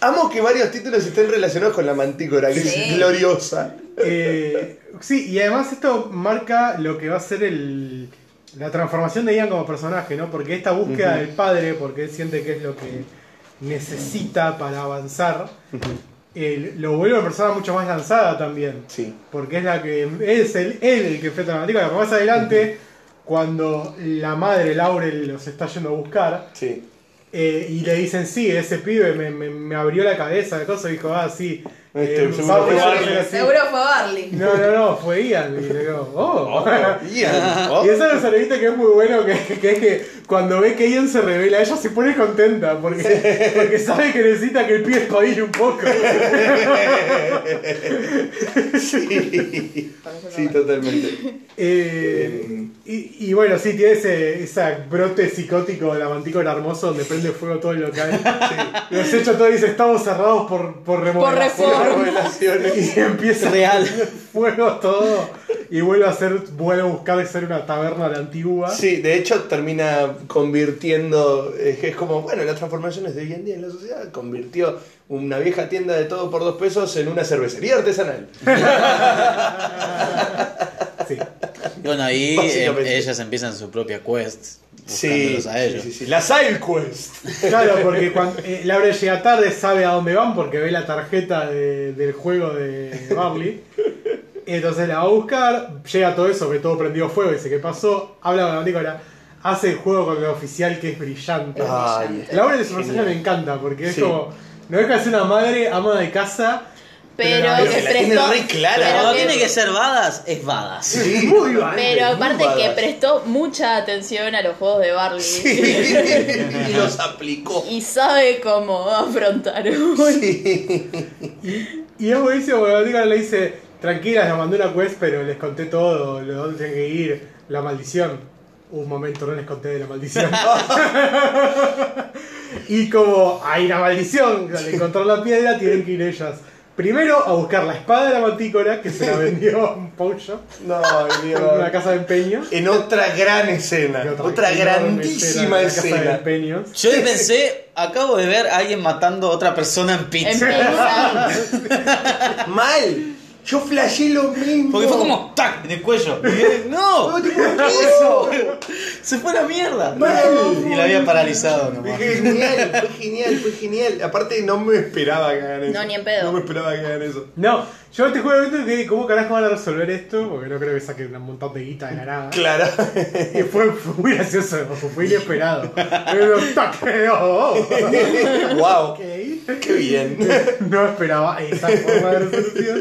Speaker 4: Amo que varios títulos estén relacionados con la mantícora, que es
Speaker 5: Sí.
Speaker 4: gloriosa.
Speaker 3: Eh, sí, y además esto marca lo que va a ser el, la transformación de Ian como personaje, ¿no? Porque esta búsqueda del padre, porque él siente que es lo que necesita para avanzar, él- lo vuelve una persona mucho más lanzada también.
Speaker 4: Sí.
Speaker 3: Porque es la que es el, él el que enfrenta a la mantícora. Pero más adelante, cuando la madre Laurel los está yendo a buscar,
Speaker 4: Sí.
Speaker 3: eh, y le dicen, sí, ese pibe me, me- me abrió la cabeza de cosas, dijo, ah, sí,
Speaker 4: Este,
Speaker 3: Eh,
Speaker 4: seguro que
Speaker 3: Pablo-
Speaker 4: Barney-
Speaker 3: Sí.
Speaker 6: Seguro fue Barley.
Speaker 3: No, no, no, fue Ian. Y le digo, oh.
Speaker 4: *laughs* Ian,
Speaker 3: Y oh, eso lo viste que es muy bueno, que, que es que cuando ve que Ian se revela, ella se pone contenta, porque, porque sabe que necesita que el pibe espabille un poco.
Speaker 4: Sí, sí, totalmente.
Speaker 3: Eh, y, y bueno, sí, tiene ese, ese brote psicótico de la mantícora hermoso donde prende fuego todo lo que hay. Los hechos todo dice, estamos cerrados por, por remodelación".
Speaker 6: Por reforma.
Speaker 4: Revelaciones.
Speaker 3: Y empieza
Speaker 2: Real.
Speaker 3: a prender fuego todo. Y vuelve a hacer, vuelve a buscar de ser una taberna a la antigua.
Speaker 4: Sí, de hecho termina convirtiendo, eh, es como, bueno, las transformaciones de hoy en día en la sociedad convirtió una vieja tienda de todo por dos pesos en una cervecería artesanal.
Speaker 3: Sí.
Speaker 2: Bueno, ahí
Speaker 4: Básicamente.
Speaker 2: eh, ellas empiezan su propia quest.
Speaker 4: Sí,
Speaker 2: Buscándolos a ellos.
Speaker 4: sí, sí, sí. La side
Speaker 3: *laughs*
Speaker 4: quest.
Speaker 3: Claro, porque cuando eh, Laura llega tarde sabe a dónde van porque ve la tarjeta de- del juego de Barley. Entonces la va a buscar, llega todo eso, ve todo prendido fuego, dice qué pasó, habla con la mantícora, hace el juego con el oficial que es brillante.
Speaker 4: Ay,
Speaker 3: Laura de su personaje
Speaker 4: genial.
Speaker 3: me encanta porque es
Speaker 4: Sí.
Speaker 3: como, no deja de ser una madre, ama de casa,
Speaker 5: Pero,
Speaker 3: Pero
Speaker 5: que
Speaker 4: que la tiene
Speaker 5: prestó.
Speaker 4: re clara.
Speaker 5: pero
Speaker 2: Cuando
Speaker 5: que-
Speaker 2: tiene que ser badas, es badas.
Speaker 4: sí, muy valiente,
Speaker 5: Pero
Speaker 4: muy
Speaker 5: aparte que
Speaker 4: badass.
Speaker 5: prestó mucha atención a los juegos de Barley.
Speaker 4: Sí, y los aplicó.
Speaker 5: *laughs* Y sabe cómo afrontar un- *laughs*
Speaker 4: Sí.
Speaker 3: Y es buenísimo porque la Mandícora le dice, tranquilas, la mandé una quest, pero les conté todo, lo dónde tienen que ir, la maldición. Un momento, no les conté de
Speaker 4: *laughs*
Speaker 3: la maldición. y como hay una maldición, al encontrar la piedra tienen que ir ellas. Primero a buscar la espada de la mantícora, que se la vendió a un pawn shop,
Speaker 4: No,
Speaker 3: en
Speaker 4: Dios.
Speaker 3: una casa de empeño.
Speaker 4: En otra gran escena,
Speaker 3: Y
Speaker 4: otra,
Speaker 3: enorme
Speaker 4: grandísima
Speaker 3: en una casa de
Speaker 4: escena.
Speaker 3: empeños.
Speaker 2: Yo pensé, acabo de ver a alguien matando a otra persona en
Speaker 5: en
Speaker 2: pizza.
Speaker 5: pizza.
Speaker 4: Mal. Yo flashé lo mismo.
Speaker 2: Porque fue como ¡tac! en el cuello. Y yo, ¡No!
Speaker 4: *laughs* No, tipo, ¿qué es eso?
Speaker 2: *laughs* ¡Se fue a la mierda!
Speaker 4: Mal.
Speaker 2: Y la había paralizado nomás.
Speaker 4: Fue genial, fue genial, fue genial. Aparte no me esperaba que hagan eso.
Speaker 5: No, ni en pedo.
Speaker 4: No me esperaba que hagan eso.
Speaker 3: No, yo este juego de que cómo carajo van a resolver esto, porque no creo que saquen un montón de guita de la
Speaker 4: *laughs*
Speaker 3: nada.
Speaker 4: Claro.
Speaker 3: Y fue, fue muy gracioso, fue inesperado. Pero tac, oh, oh.
Speaker 4: wow.
Speaker 3: Ok.
Speaker 4: Qué bien.
Speaker 3: *laughs* No esperaba esa forma de resolución.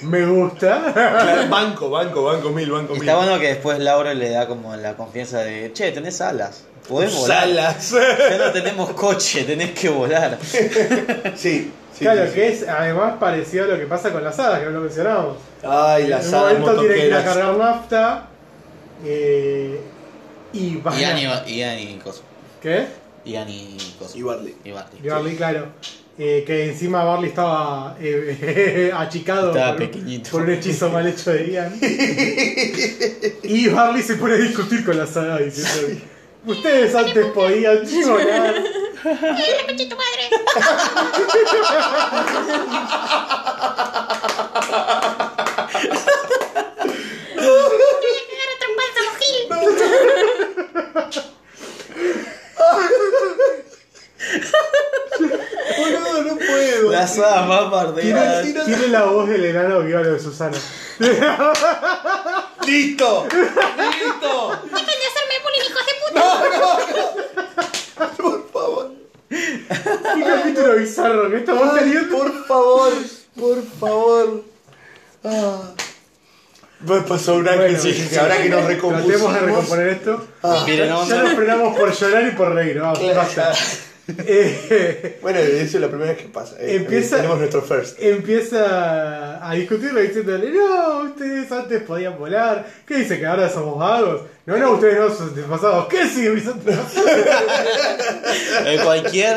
Speaker 3: Me gusta.
Speaker 4: Claro, banco, banco, banco mil, banco
Speaker 2: Y
Speaker 4: mil.
Speaker 2: está bueno que después Laura le da como la confianza de, che, tenés alas. Podés volar.
Speaker 4: Salas.
Speaker 2: Ya no tenemos coche, tenés que
Speaker 4: *laughs*
Speaker 2: volar.
Speaker 4: Sí. sí,
Speaker 3: claro,
Speaker 4: sí, sí.
Speaker 3: que es además parecido a lo que pasa con las hadas, que no lo mencionábamos.
Speaker 4: Ay,
Speaker 3: En
Speaker 4: las
Speaker 3: un
Speaker 4: salas
Speaker 3: momento tienen que ir a
Speaker 4: motoqueras.
Speaker 3: cargar nafta. eh, y van
Speaker 2: Y
Speaker 3: a-
Speaker 2: Ani, y Ani, coso.
Speaker 3: ¿Qué?
Speaker 2: Y Ani, coso.
Speaker 4: Y Barley.
Speaker 2: Y Barley.
Speaker 3: Y Barley, claro. eh, que encima Barley estaba eh, *laughs* achicado
Speaker 2: Estaba
Speaker 3: por, un-
Speaker 2: pequeñito.
Speaker 3: por un hechizo mal hecho de Ian. y Barley se pone a discutir con la saga diciendo: Ustedes antes podían sonar.
Speaker 4: Boludo, no puedo.
Speaker 2: Las hadas más bardeadas.
Speaker 3: Tiene, tiene la voz del enano viola de Susana.
Speaker 4: ¡Listo! ¡Listo! Por favor.
Speaker 3: Un capítulo bizarro que estamos
Speaker 4: Ay,
Speaker 3: teniendo.
Speaker 4: por favor, por favor. Ah. Me pasó una
Speaker 3: Bueno,
Speaker 4: que sí,
Speaker 3: sí,
Speaker 4: que ahora que nos
Speaker 3: Tratemos de
Speaker 4: recompusimos.
Speaker 3: recomponer esto.
Speaker 2: Pero no,
Speaker 3: ya
Speaker 2: no.
Speaker 3: nos frenamos por llorar y por reír. Vamos, basta. Eh,
Speaker 4: Bueno, eso es la primera vez que pasa. eh.
Speaker 3: Empieza-
Speaker 4: Tenemos nuestro first.
Speaker 3: empieza a discutirlo diciéndole, no, ustedes antes podían volar, ¿qué dice que ahora somos vagos? No, no, ustedes no son desfasados, ¿qué sí, mis antepasados?"
Speaker 4: *laughs*
Speaker 2: Eh, cualquier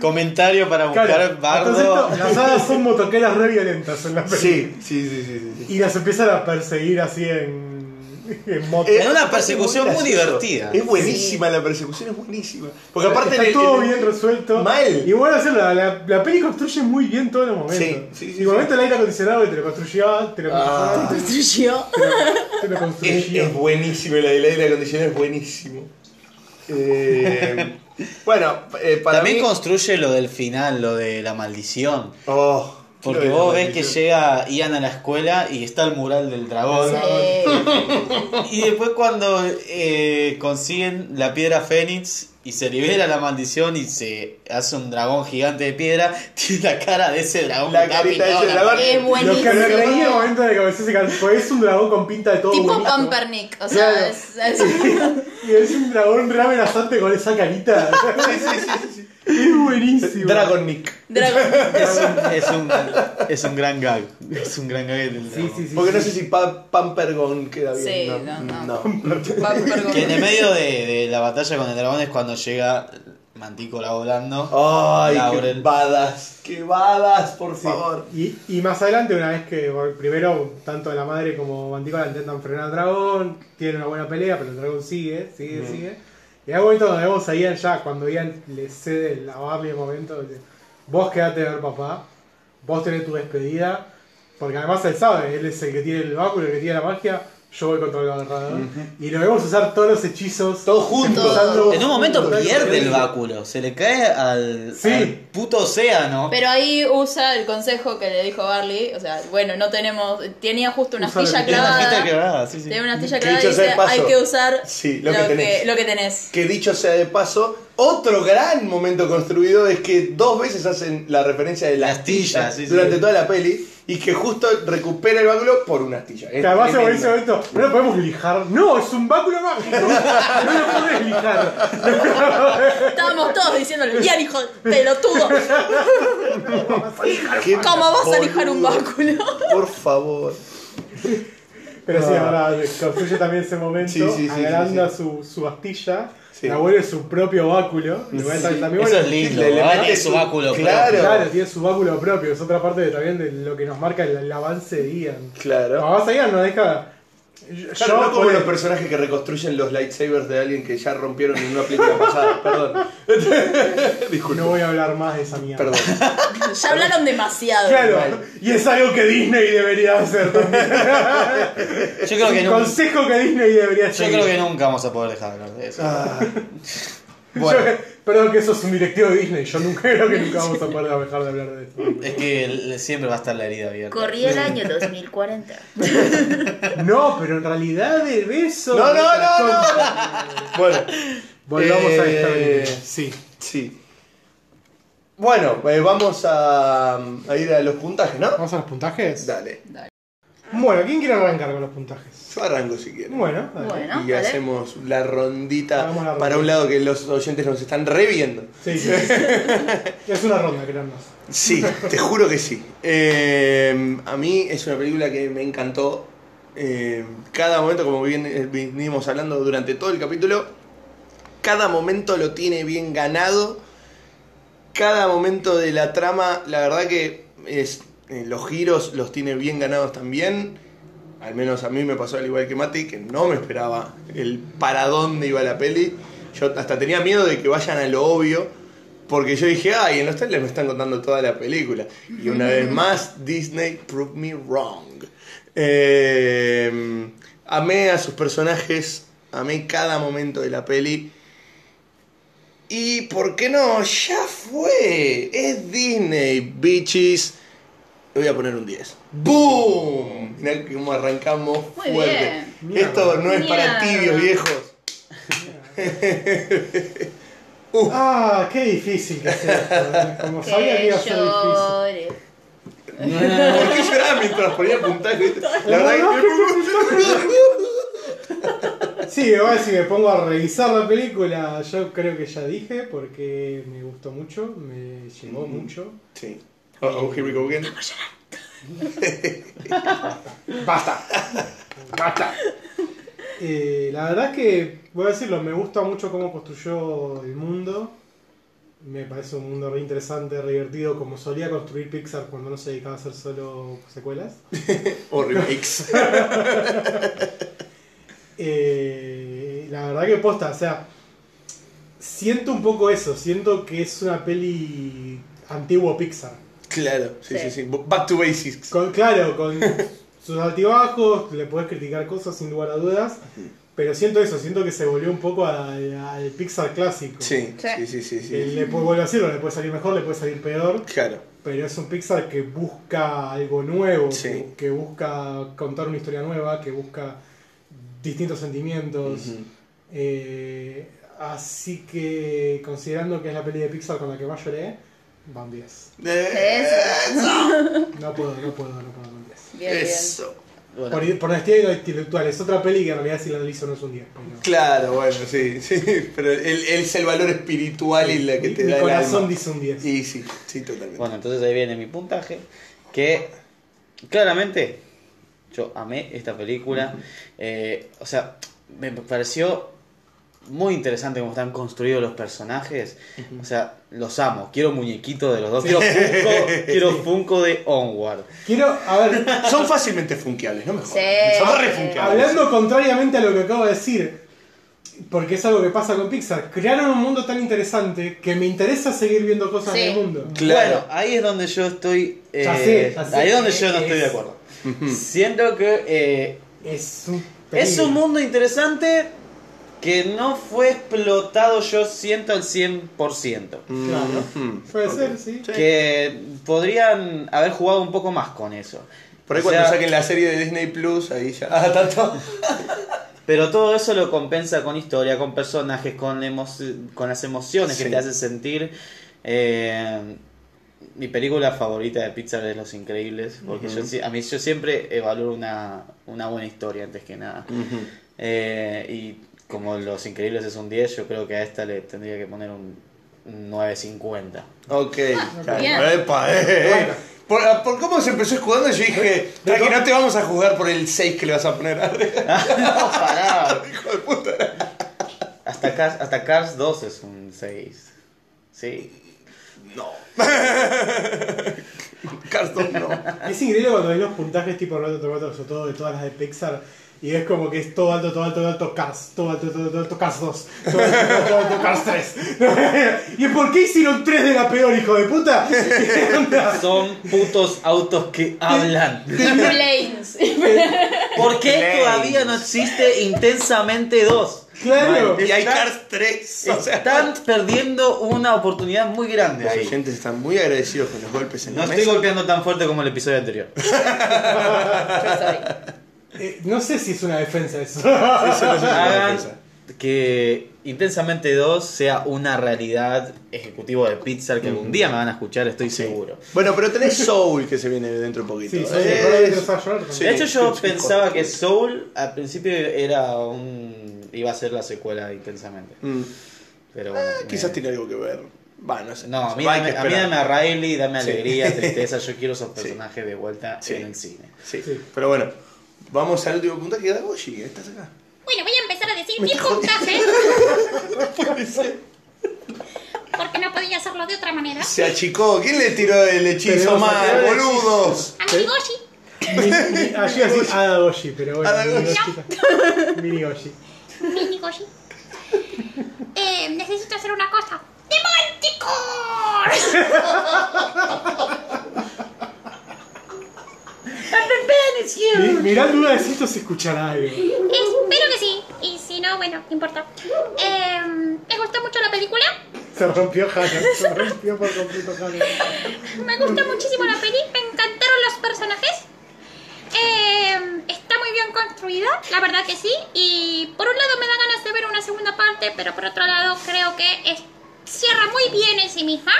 Speaker 2: comentario para buscar
Speaker 3: Claro, entonces
Speaker 2: bardo.
Speaker 3: esto, las hadas son motoqueras re violentas en la película.
Speaker 4: Sí, sí, sí, sí. sí, sí.
Speaker 3: Y las empiezan a perseguir así en, en moto.
Speaker 2: Eh, En una persecución
Speaker 4: Es
Speaker 2: muy
Speaker 4: gracioso.
Speaker 2: divertida.
Speaker 4: Es buenísima la persecución, es buenísima. Porque aparte
Speaker 3: Está
Speaker 4: en el-
Speaker 3: todo
Speaker 4: en el-
Speaker 3: bien resuelto.
Speaker 4: Mal.
Speaker 3: Y bueno, hacer la, la, la peli construye muy bien todos los momentos.
Speaker 4: Sí, sí, sí,
Speaker 3: y el
Speaker 4: sí.
Speaker 3: momento del aire acondicionado que te lo construyó, te lo
Speaker 4: Ah.
Speaker 3: construyó, antes,
Speaker 5: Construyó.
Speaker 3: te lo- te lo
Speaker 4: Es,
Speaker 3: construyó.
Speaker 4: es buenísimo, el aire aire acondicionado es buenísimo. Eh, *laughs* bueno, eh, para
Speaker 2: También
Speaker 4: mí...
Speaker 2: construye lo del final, lo de la maldición.
Speaker 4: Oh,
Speaker 2: Porque
Speaker 4: lo de
Speaker 2: vos
Speaker 4: la
Speaker 2: ves que
Speaker 4: maldición.
Speaker 2: llega Ian a la escuela y está el mural del dragón.
Speaker 5: Sí.
Speaker 2: Y después cuando eh, consiguen la piedra fénix y se libera la maldición y se hace un dragón gigante de piedra, *laughs* tiene la cara de ese dragón
Speaker 4: La
Speaker 2: que está
Speaker 4: carita de
Speaker 2: pintado
Speaker 4: ese
Speaker 2: en la
Speaker 4: dragón.
Speaker 2: pared.
Speaker 5: Es
Speaker 3: Lo que me reí en el
Speaker 5: buenísimo.
Speaker 3: momento de que se cansó es un dragón con pinta de todo
Speaker 5: Tipo
Speaker 3: buenísimo.
Speaker 5: Pampernick, o sea,
Speaker 3: Claro.
Speaker 5: es, *laughs* es-
Speaker 3: Y es un dragón re amenazante con esa carita. Es buenísimo.
Speaker 4: Dragon Nick.
Speaker 5: Dragon.
Speaker 2: Es un, es, un, es un gran gag. Es un gran gag del
Speaker 3: Sí,
Speaker 2: dragón.
Speaker 3: sí, sí.
Speaker 4: Porque no
Speaker 3: sí.
Speaker 4: sé si pa Pampergon queda bien.
Speaker 5: Sí,
Speaker 4: no,
Speaker 5: no, no.
Speaker 4: No.
Speaker 5: Pampernick.
Speaker 2: Que en el medio de, de la batalla con el dragón es cuando llega Mantícola
Speaker 4: Oh,
Speaker 2: volando.
Speaker 4: Ay, qué
Speaker 2: Laurel.
Speaker 4: badas, qué badas, por favor.
Speaker 3: Y, y más adelante, una vez que bueno, primero tanto la madre como Mantícola intentan frenar al dragón, tienen una buena pelea, pero el dragón sigue, sigue, sigue. Y hay un momento donde vemos a Ian ya, cuando Ian le cede el- a Barley el momento, dice, vos quedate a ver papá, vos tenés tu despedida, porque además él sabe, él es el que tiene el báculo, el que tiene la magia, yo voy contra el agarrador. Y lo vemos usar todos los hechizos.
Speaker 4: Todos juntos.
Speaker 3: Todo.
Speaker 2: En un momento
Speaker 3: Total,
Speaker 2: pierde el
Speaker 3: sí.
Speaker 2: báculo, se le cae al,
Speaker 3: Sí.
Speaker 2: al puto océano.
Speaker 5: Pero ahí usa el consejo que le dijo Barley, o sea, bueno, no tenemos, tenía justo una
Speaker 3: Usa lo
Speaker 5: astilla
Speaker 3: que tiene,
Speaker 2: Tiene una
Speaker 5: clavada.
Speaker 2: hojita quebrada, sí, sí.
Speaker 5: Tiene una astilla
Speaker 4: Que
Speaker 5: clavada y
Speaker 4: dicho sea de
Speaker 5: dice,
Speaker 4: paso,
Speaker 5: hay que usar
Speaker 4: sí, lo que tenés".
Speaker 5: lo que tenés.
Speaker 4: Que dicho sea de paso, otro gran momento construido es que dos veces hacen la referencia de la,
Speaker 2: La astilla, sí, sí.
Speaker 4: durante toda la peli y que justo recupera el báculo por una astilla. Es
Speaker 3: Que además en
Speaker 4: tremendo.
Speaker 3: ese momento, no lo podemos lijar. No, es un báculo mágico. *laughs* No lo podés lijar.
Speaker 5: Estábamos todos diciéndole, Ian, hijo de pelotudo,
Speaker 4: Qué
Speaker 5: ¿cómo vas a lijar un
Speaker 4: boludo,
Speaker 5: báculo?
Speaker 4: Por favor.
Speaker 3: Pero sí,
Speaker 4: Ah.
Speaker 3: ahora construye también ese momento,
Speaker 4: Sí, sí, sí,
Speaker 3: agranda Su, su astilla,
Speaker 4: Sí.
Speaker 3: la vuelve su propio báculo. y bueno, también,
Speaker 2: Eso
Speaker 3: bueno,
Speaker 2: es lindo,
Speaker 4: le- le
Speaker 2: ahora
Speaker 4: mete
Speaker 2: es su
Speaker 4: su-
Speaker 2: báculo.
Speaker 4: claro.
Speaker 2: propio.
Speaker 3: Claro, tiene su báculo propio, es otra parte de- también de lo que nos marca el, el avance de Ian.
Speaker 4: Claro.
Speaker 3: Además, Ian no deja.
Speaker 4: Claro, no como
Speaker 3: ponele-
Speaker 4: los personajes que reconstruyen los lightsabers de alguien que ya rompieron en una película pasada. *laughs* Perdón.
Speaker 3: no voy a hablar más de esa mierda.
Speaker 4: Perdón.
Speaker 5: Ya hablaron demasiado.
Speaker 3: Claro,
Speaker 4: Mal.
Speaker 3: y es algo que Disney debería hacer también.
Speaker 2: *laughs* Yo creo que
Speaker 3: Un
Speaker 2: nunca,
Speaker 3: consejo que Disney debería
Speaker 2: yo
Speaker 3: hacer.
Speaker 2: creo que nunca vamos a poder dejar de hablar de eso.
Speaker 3: Yo- perdón que eso es un directivo de Disney, yo nunca *laughs* creo que nunca vamos a poder dejar de hablar de esto.
Speaker 2: Es que le- siempre va a estar la herida abierta.
Speaker 5: Corría el año 2040.
Speaker 3: No, pero en realidad el beso.
Speaker 4: No, no, no, no. Bueno.
Speaker 3: Volvamos a esta
Speaker 4: Eh,
Speaker 3: película. Sí.
Speaker 4: Sí. Bueno, eh, vamos a, a ir a los puntajes, ¿no?
Speaker 3: ¿Vamos a los puntajes?
Speaker 4: Dale.
Speaker 3: Bueno, ¿quién quiere arrancar con los puntajes?
Speaker 4: Yo arranco si quieres.
Speaker 3: Bueno, dale.
Speaker 5: Bueno.
Speaker 4: y
Speaker 5: dale.
Speaker 4: hacemos la rondita
Speaker 3: Hagamos la
Speaker 4: para
Speaker 3: ronda.
Speaker 4: un lado que los oyentes nos están reviendo.
Speaker 3: Sí, *laughs* sí. es una ronda, creamos.
Speaker 4: Sí, te juro que sí. Eh, a mí es una película que me encantó. Eh, cada momento, como bien eh, vinimos hablando durante todo el capítulo, cada momento lo tiene bien ganado. Cada momento de la trama, la verdad que es, eh, los giros los tiene bien ganados también. Al menos a mí me pasó al igual que Mati, que no me esperaba el para dónde iba la peli. Yo hasta tenía miedo de que vayan a lo obvio, porque yo dije, ay, en los trailers me están contando toda la película. Y una vez más, Disney proved me wrong. Eh, amé a sus personajes, amé cada momento de la peli. Y, ¿por qué no? Ya fue. Es Disney, bitches. Le voy a poner un 10. ¡Boom! Mirá cómo arrancamos
Speaker 5: Muy
Speaker 4: fuerte.
Speaker 3: bien.
Speaker 4: Esto no es para
Speaker 5: Mierda.
Speaker 4: tibios, viejos.
Speaker 3: Ah, qué difícil que sea esto, ¿eh? Como sabía que iba a ser difícil.
Speaker 5: llore.
Speaker 4: ¿Por qué lloraba mientras ponía puntaje? La verdad
Speaker 3: Sí, igual si me pongo a revisar la película, yo creo que ya dije, porque me gustó mucho, me llegó
Speaker 4: Mm.
Speaker 3: mucho.
Speaker 4: que. Sí. Oh, oh, here we go again.
Speaker 3: *laughs* ¡Basta! ¡Basta! Eh, la verdad es que, voy a decirlo, me gusta mucho cómo construyó el mundo. Me parece un mundo re interesante, re divertido, como solía construir Pixar cuando no se dedicaba a hacer solo secuelas.
Speaker 4: O Oh, remakes.
Speaker 3: Eh, la verdad que posta, o sea, siento un poco eso, siento que es una peli antiguo Pixar.
Speaker 4: Claro, sí, sí,
Speaker 5: Sí.
Speaker 4: sí. Back to basics.
Speaker 3: Con- claro, con sus altibajos, le podés criticar cosas sin lugar a dudas, pero siento eso, siento que se volvió un poco al, al Pixar clásico.
Speaker 4: Sí, sí,
Speaker 5: Sí.
Speaker 4: sí, sí.
Speaker 3: Que
Speaker 4: sí.
Speaker 3: Le puedo volver a decirlo, le puede salir mejor, le puede salir peor,
Speaker 4: Claro.
Speaker 3: pero es un Pixar que busca algo nuevo,
Speaker 4: Sí.
Speaker 3: que, que busca contar una historia nueva, que busca distintos sentimientos.
Speaker 4: Ujú.
Speaker 3: Eh, Así que, considerando que es la peli de Pixar con la que más lloré, va un 10. No puedo, no puedo, no puedo, un 10.
Speaker 5: Bien, bien.
Speaker 4: Eso.
Speaker 2: Bueno,
Speaker 3: Por, por honestidad intelectual, es otra peli que en realidad si la analizo no es un 10. pero-
Speaker 4: Claro, bueno, sí, sí. Pero él, él es el valor espiritual y la que
Speaker 3: Mi-
Speaker 4: te
Speaker 3: mi
Speaker 4: da el
Speaker 3: corazón
Speaker 4: alma.
Speaker 3: dice un 10.
Speaker 4: Y sí, sí, totalmente.
Speaker 2: bueno, entonces ahí viene mi puntaje. Que claramente yo amé esta película. Eh, o sea, me pareció muy interesante cómo están construidos los personajes. O sea, los amo. Quiero muñequitos de los dos. Quiero
Speaker 3: *laughs*
Speaker 2: Funko, quiero Funko de Onward.
Speaker 3: Quiero, a ver,
Speaker 4: Son fácilmente funkeables, no me jodas.
Speaker 5: Sí.
Speaker 4: Son re funkeables.
Speaker 3: Hablando contrariamente a lo que acabo de decir, porque es algo que pasa con Pixar, crearon un mundo tan interesante que me interesa seguir viendo cosas
Speaker 5: Sí.
Speaker 3: del mundo.
Speaker 4: Claro.
Speaker 2: Bueno, ahí es donde yo estoy. eh,
Speaker 3: Ya sé, ya sé.
Speaker 2: ahí es donde yo no
Speaker 3: Es-
Speaker 2: estoy de acuerdo. Siento que eh,
Speaker 3: Es un
Speaker 2: es
Speaker 3: peligro.
Speaker 2: un mundo interesante que no fue explotado, yo siento, al 100%.
Speaker 3: Claro.
Speaker 4: Mm.
Speaker 3: Puede ser, sí.
Speaker 2: Que podrían haber jugado un poco más con eso.
Speaker 4: Por ahí
Speaker 2: O
Speaker 4: cuando
Speaker 2: sea,
Speaker 4: saquen la serie de Disney Plus, ahí ya. Ah, tanto.
Speaker 2: Pero todo eso lo compensa con historia, con personajes, con, emo- con las emociones que
Speaker 4: Sí.
Speaker 2: te hacen sentir. Eh, mi película favorita de Pixar es Los Increíbles, porque yo si- a mí yo siempre valoro una, una buena historia antes que nada. Eh, y como Los Increíbles es un 10, yo creo que a esta le tendría que poner un, un 9.50.
Speaker 4: Ok.
Speaker 5: Bien.
Speaker 2: Ah,
Speaker 4: Claro. Epa, eh, eh. Por, ah, por cómo se empezó escudando, yo dije, Tranqui, no te vamos a jugar por el 6 que le vas a poner a
Speaker 2: Pará.
Speaker 4: hijo de puta.
Speaker 2: Hasta Cars, hasta Cars 2 es un 6. Sí.
Speaker 4: No. Cartón no.
Speaker 3: Es increíble cuando ves los puntajes tipo Rotten Tomatoes, sobre todo de todas las de Pixar, y es como que es todo alto, todo alto, todo alto, Cars, todo alto, todo alto, todo alto, Cars 2, todo alto, todo alto, todo alto, Cars 3. *laughs* ¿Y por qué hicieron 3 de la peor, hijo de puta? *laughs* ¿Qué onda?
Speaker 2: Son putos autos que hablan.
Speaker 5: Planes.
Speaker 2: ¿Por qué
Speaker 4: Play.
Speaker 2: todavía no existe Intensamente 2?
Speaker 3: Claro.
Speaker 4: Y hay Cars 3. *laughs* O sea, Pues
Speaker 2: Están perdiendo una oportunidad muy grande
Speaker 4: los
Speaker 2: ahí.
Speaker 4: oyentes están muy agradecidos con los golpes en
Speaker 2: No
Speaker 4: la
Speaker 2: estoy
Speaker 4: mesa.
Speaker 2: golpeando tan fuerte como el episodio anterior.
Speaker 3: Eh, no sé si es una defensa eso.
Speaker 4: Eso no es *laughs* una
Speaker 2: Hagan
Speaker 4: defensa.
Speaker 2: que Intensamente 2 sea una realidad ejecutivo de Pixar que
Speaker 4: Mm.
Speaker 2: algún día me van a escuchar, estoy seguro.
Speaker 4: Bueno, pero tenés Soul que se viene dentro un poquito.
Speaker 3: Sí, soy
Speaker 4: Eh,
Speaker 3: de Jordan.
Speaker 4: sí.
Speaker 3: *laughs*
Speaker 2: De hecho yo
Speaker 4: sí,
Speaker 2: pensaba
Speaker 4: sí.
Speaker 2: que Soul al principio era un... iba a ser la secuela de Intensamente.
Speaker 4: Mm,
Speaker 2: Pero bueno, me-
Speaker 4: Eh, quizás tiene algo que ver. Va, no sé.
Speaker 2: No, a mí,
Speaker 4: Va, hay
Speaker 2: dame,
Speaker 4: que
Speaker 2: a mí
Speaker 4: esperar.
Speaker 2: dame a Riley, dame
Speaker 4: Sí.
Speaker 2: alegría, tristeza, yo quiero
Speaker 4: *laughs*
Speaker 2: esos personajes de vuelta
Speaker 4: Sí.
Speaker 2: en el cine.
Speaker 4: Sí.
Speaker 3: Sí.
Speaker 4: Pero bueno, vamos al último puntaje que da Goshi. Estás acá.
Speaker 6: Bueno, voy a empezar a decir mi puntaje
Speaker 4: *laughs*
Speaker 6: porque no podía hacerlo de otra manera.
Speaker 4: Se achicó. ¿Quién le tiró el hechizo
Speaker 3: Tenemos acá
Speaker 4: mal,
Speaker 3: el
Speaker 4: boludos?
Speaker 6: A mi Goshi,
Speaker 3: Allí iba a decir Adagoshi, pero bueno,
Speaker 4: Adagoshi.
Speaker 3: Minigoshi. Minigoshi.
Speaker 6: mini Goshi. *laughs* Eh, necesito hacer una cosa. ¡Demonticor!
Speaker 3: Mi- Mirá duda de si esto se escuchará algo.
Speaker 6: Espero que sí. Y si no, bueno, no importa. Eh, me gustó mucho la película.
Speaker 3: Se rompió Hannah, se rompió por completo Hannah.
Speaker 6: Me gustó muchísimo la peli. Me encantaron los personajes. Eh, está muy bien construida, la verdad que sí. Y por un lado me da ganas de ver una segunda parte, pero por otro lado creo que es- cierra muy bien en sí misma.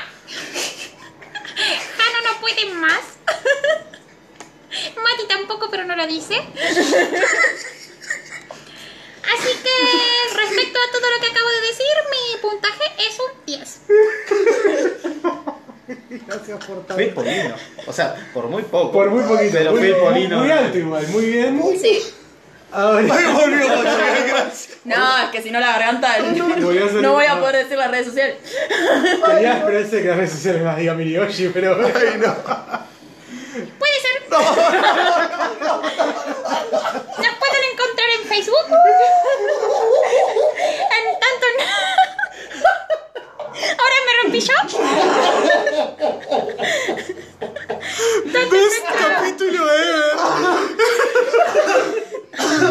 Speaker 6: *laughs* Hannah no puede más. *laughs* Mati tampoco, pero no lo dice. *laughs* Así que respecto a todo lo que acabo de decir, mi puntaje es un 10.
Speaker 3: Gracias por
Speaker 2: Phil
Speaker 3: tanto.
Speaker 2: Polino. O sea, por muy poco.
Speaker 3: Por muy poquito.
Speaker 2: Pero
Speaker 3: muy,
Speaker 2: Phil
Speaker 3: muy-
Speaker 2: Polino.
Speaker 3: muy alto igual, muy bien. Ah,
Speaker 5: Sí.
Speaker 3: Ahora, *laughs*
Speaker 4: Ay, volvió Goshi. Gracias.
Speaker 5: No, es que si *laughs* no la garganta
Speaker 3: Volvió a ser-
Speaker 5: no voy a poder decir las redes sociales.
Speaker 3: tenía esperanza de que las redes sociales más diga Minigoshi, pero...
Speaker 4: Ay, no.
Speaker 6: Puede ser. Nos pueden encontrar en Facebook. En tanto en- Ahora me rompí yo.
Speaker 4: Best capítulo ever.
Speaker 6: Tanto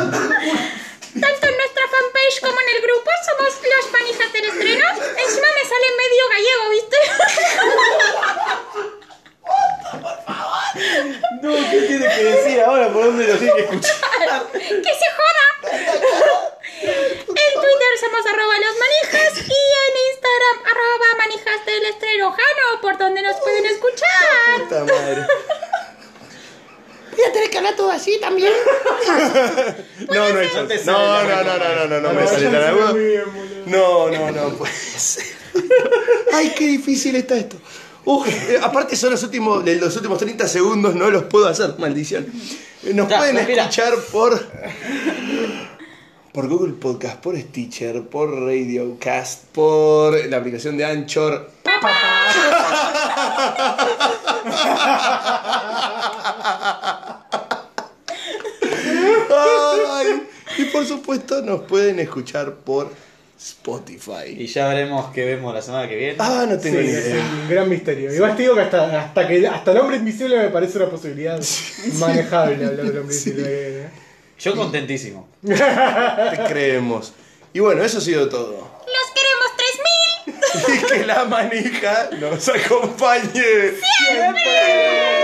Speaker 6: en nuestra fanpage como en el grupo somos los panijas del estreno. Encima me sale medio gallego, ¿viste?
Speaker 2: No, ¿qué tiene que decir ahora? ¿Por dónde lo tiene que escuchar?
Speaker 6: ¡Que se joda! En Twitter somos arroba los manijas Cirojano, por donde nos pueden escuchar.
Speaker 1: Puta madre. *laughs* Voy a tener que hablar todo así también. no, no hay chance. No, no, no, no, no, no, no me sale tan agudo. No, no, no puede ser. Ay, qué difícil está esto. Uf, eh, aparte son los últimos, de los últimos 30 segundos, no los puedo hacer, maldición. Eh, Nos
Speaker 2: Ya,
Speaker 1: pueden
Speaker 2: respira.
Speaker 1: escuchar por. Por Google Podcast, por Stitcher, por Radiocast, por la aplicación de Anchor. Ay, y por supuesto nos pueden escuchar por Spotify.
Speaker 2: Y ya veremos qué vemos la semana que viene.
Speaker 1: Ah, no
Speaker 3: Sí,
Speaker 1: tengo ni
Speaker 3: es
Speaker 1: idea.
Speaker 3: un gran misterio. Igual te digo que hasta, hasta que hasta el hombre invisible me parece una *laughs* posibilidad manejable hablar del hombre invisible. ¿eh?
Speaker 2: Yo contentísimo.
Speaker 1: Te creemos. Y bueno, eso ha sido todo.
Speaker 6: Los queremos
Speaker 4: *laughs*
Speaker 6: 3000.
Speaker 1: Y que la manija nos acompañe.
Speaker 3: Siempre.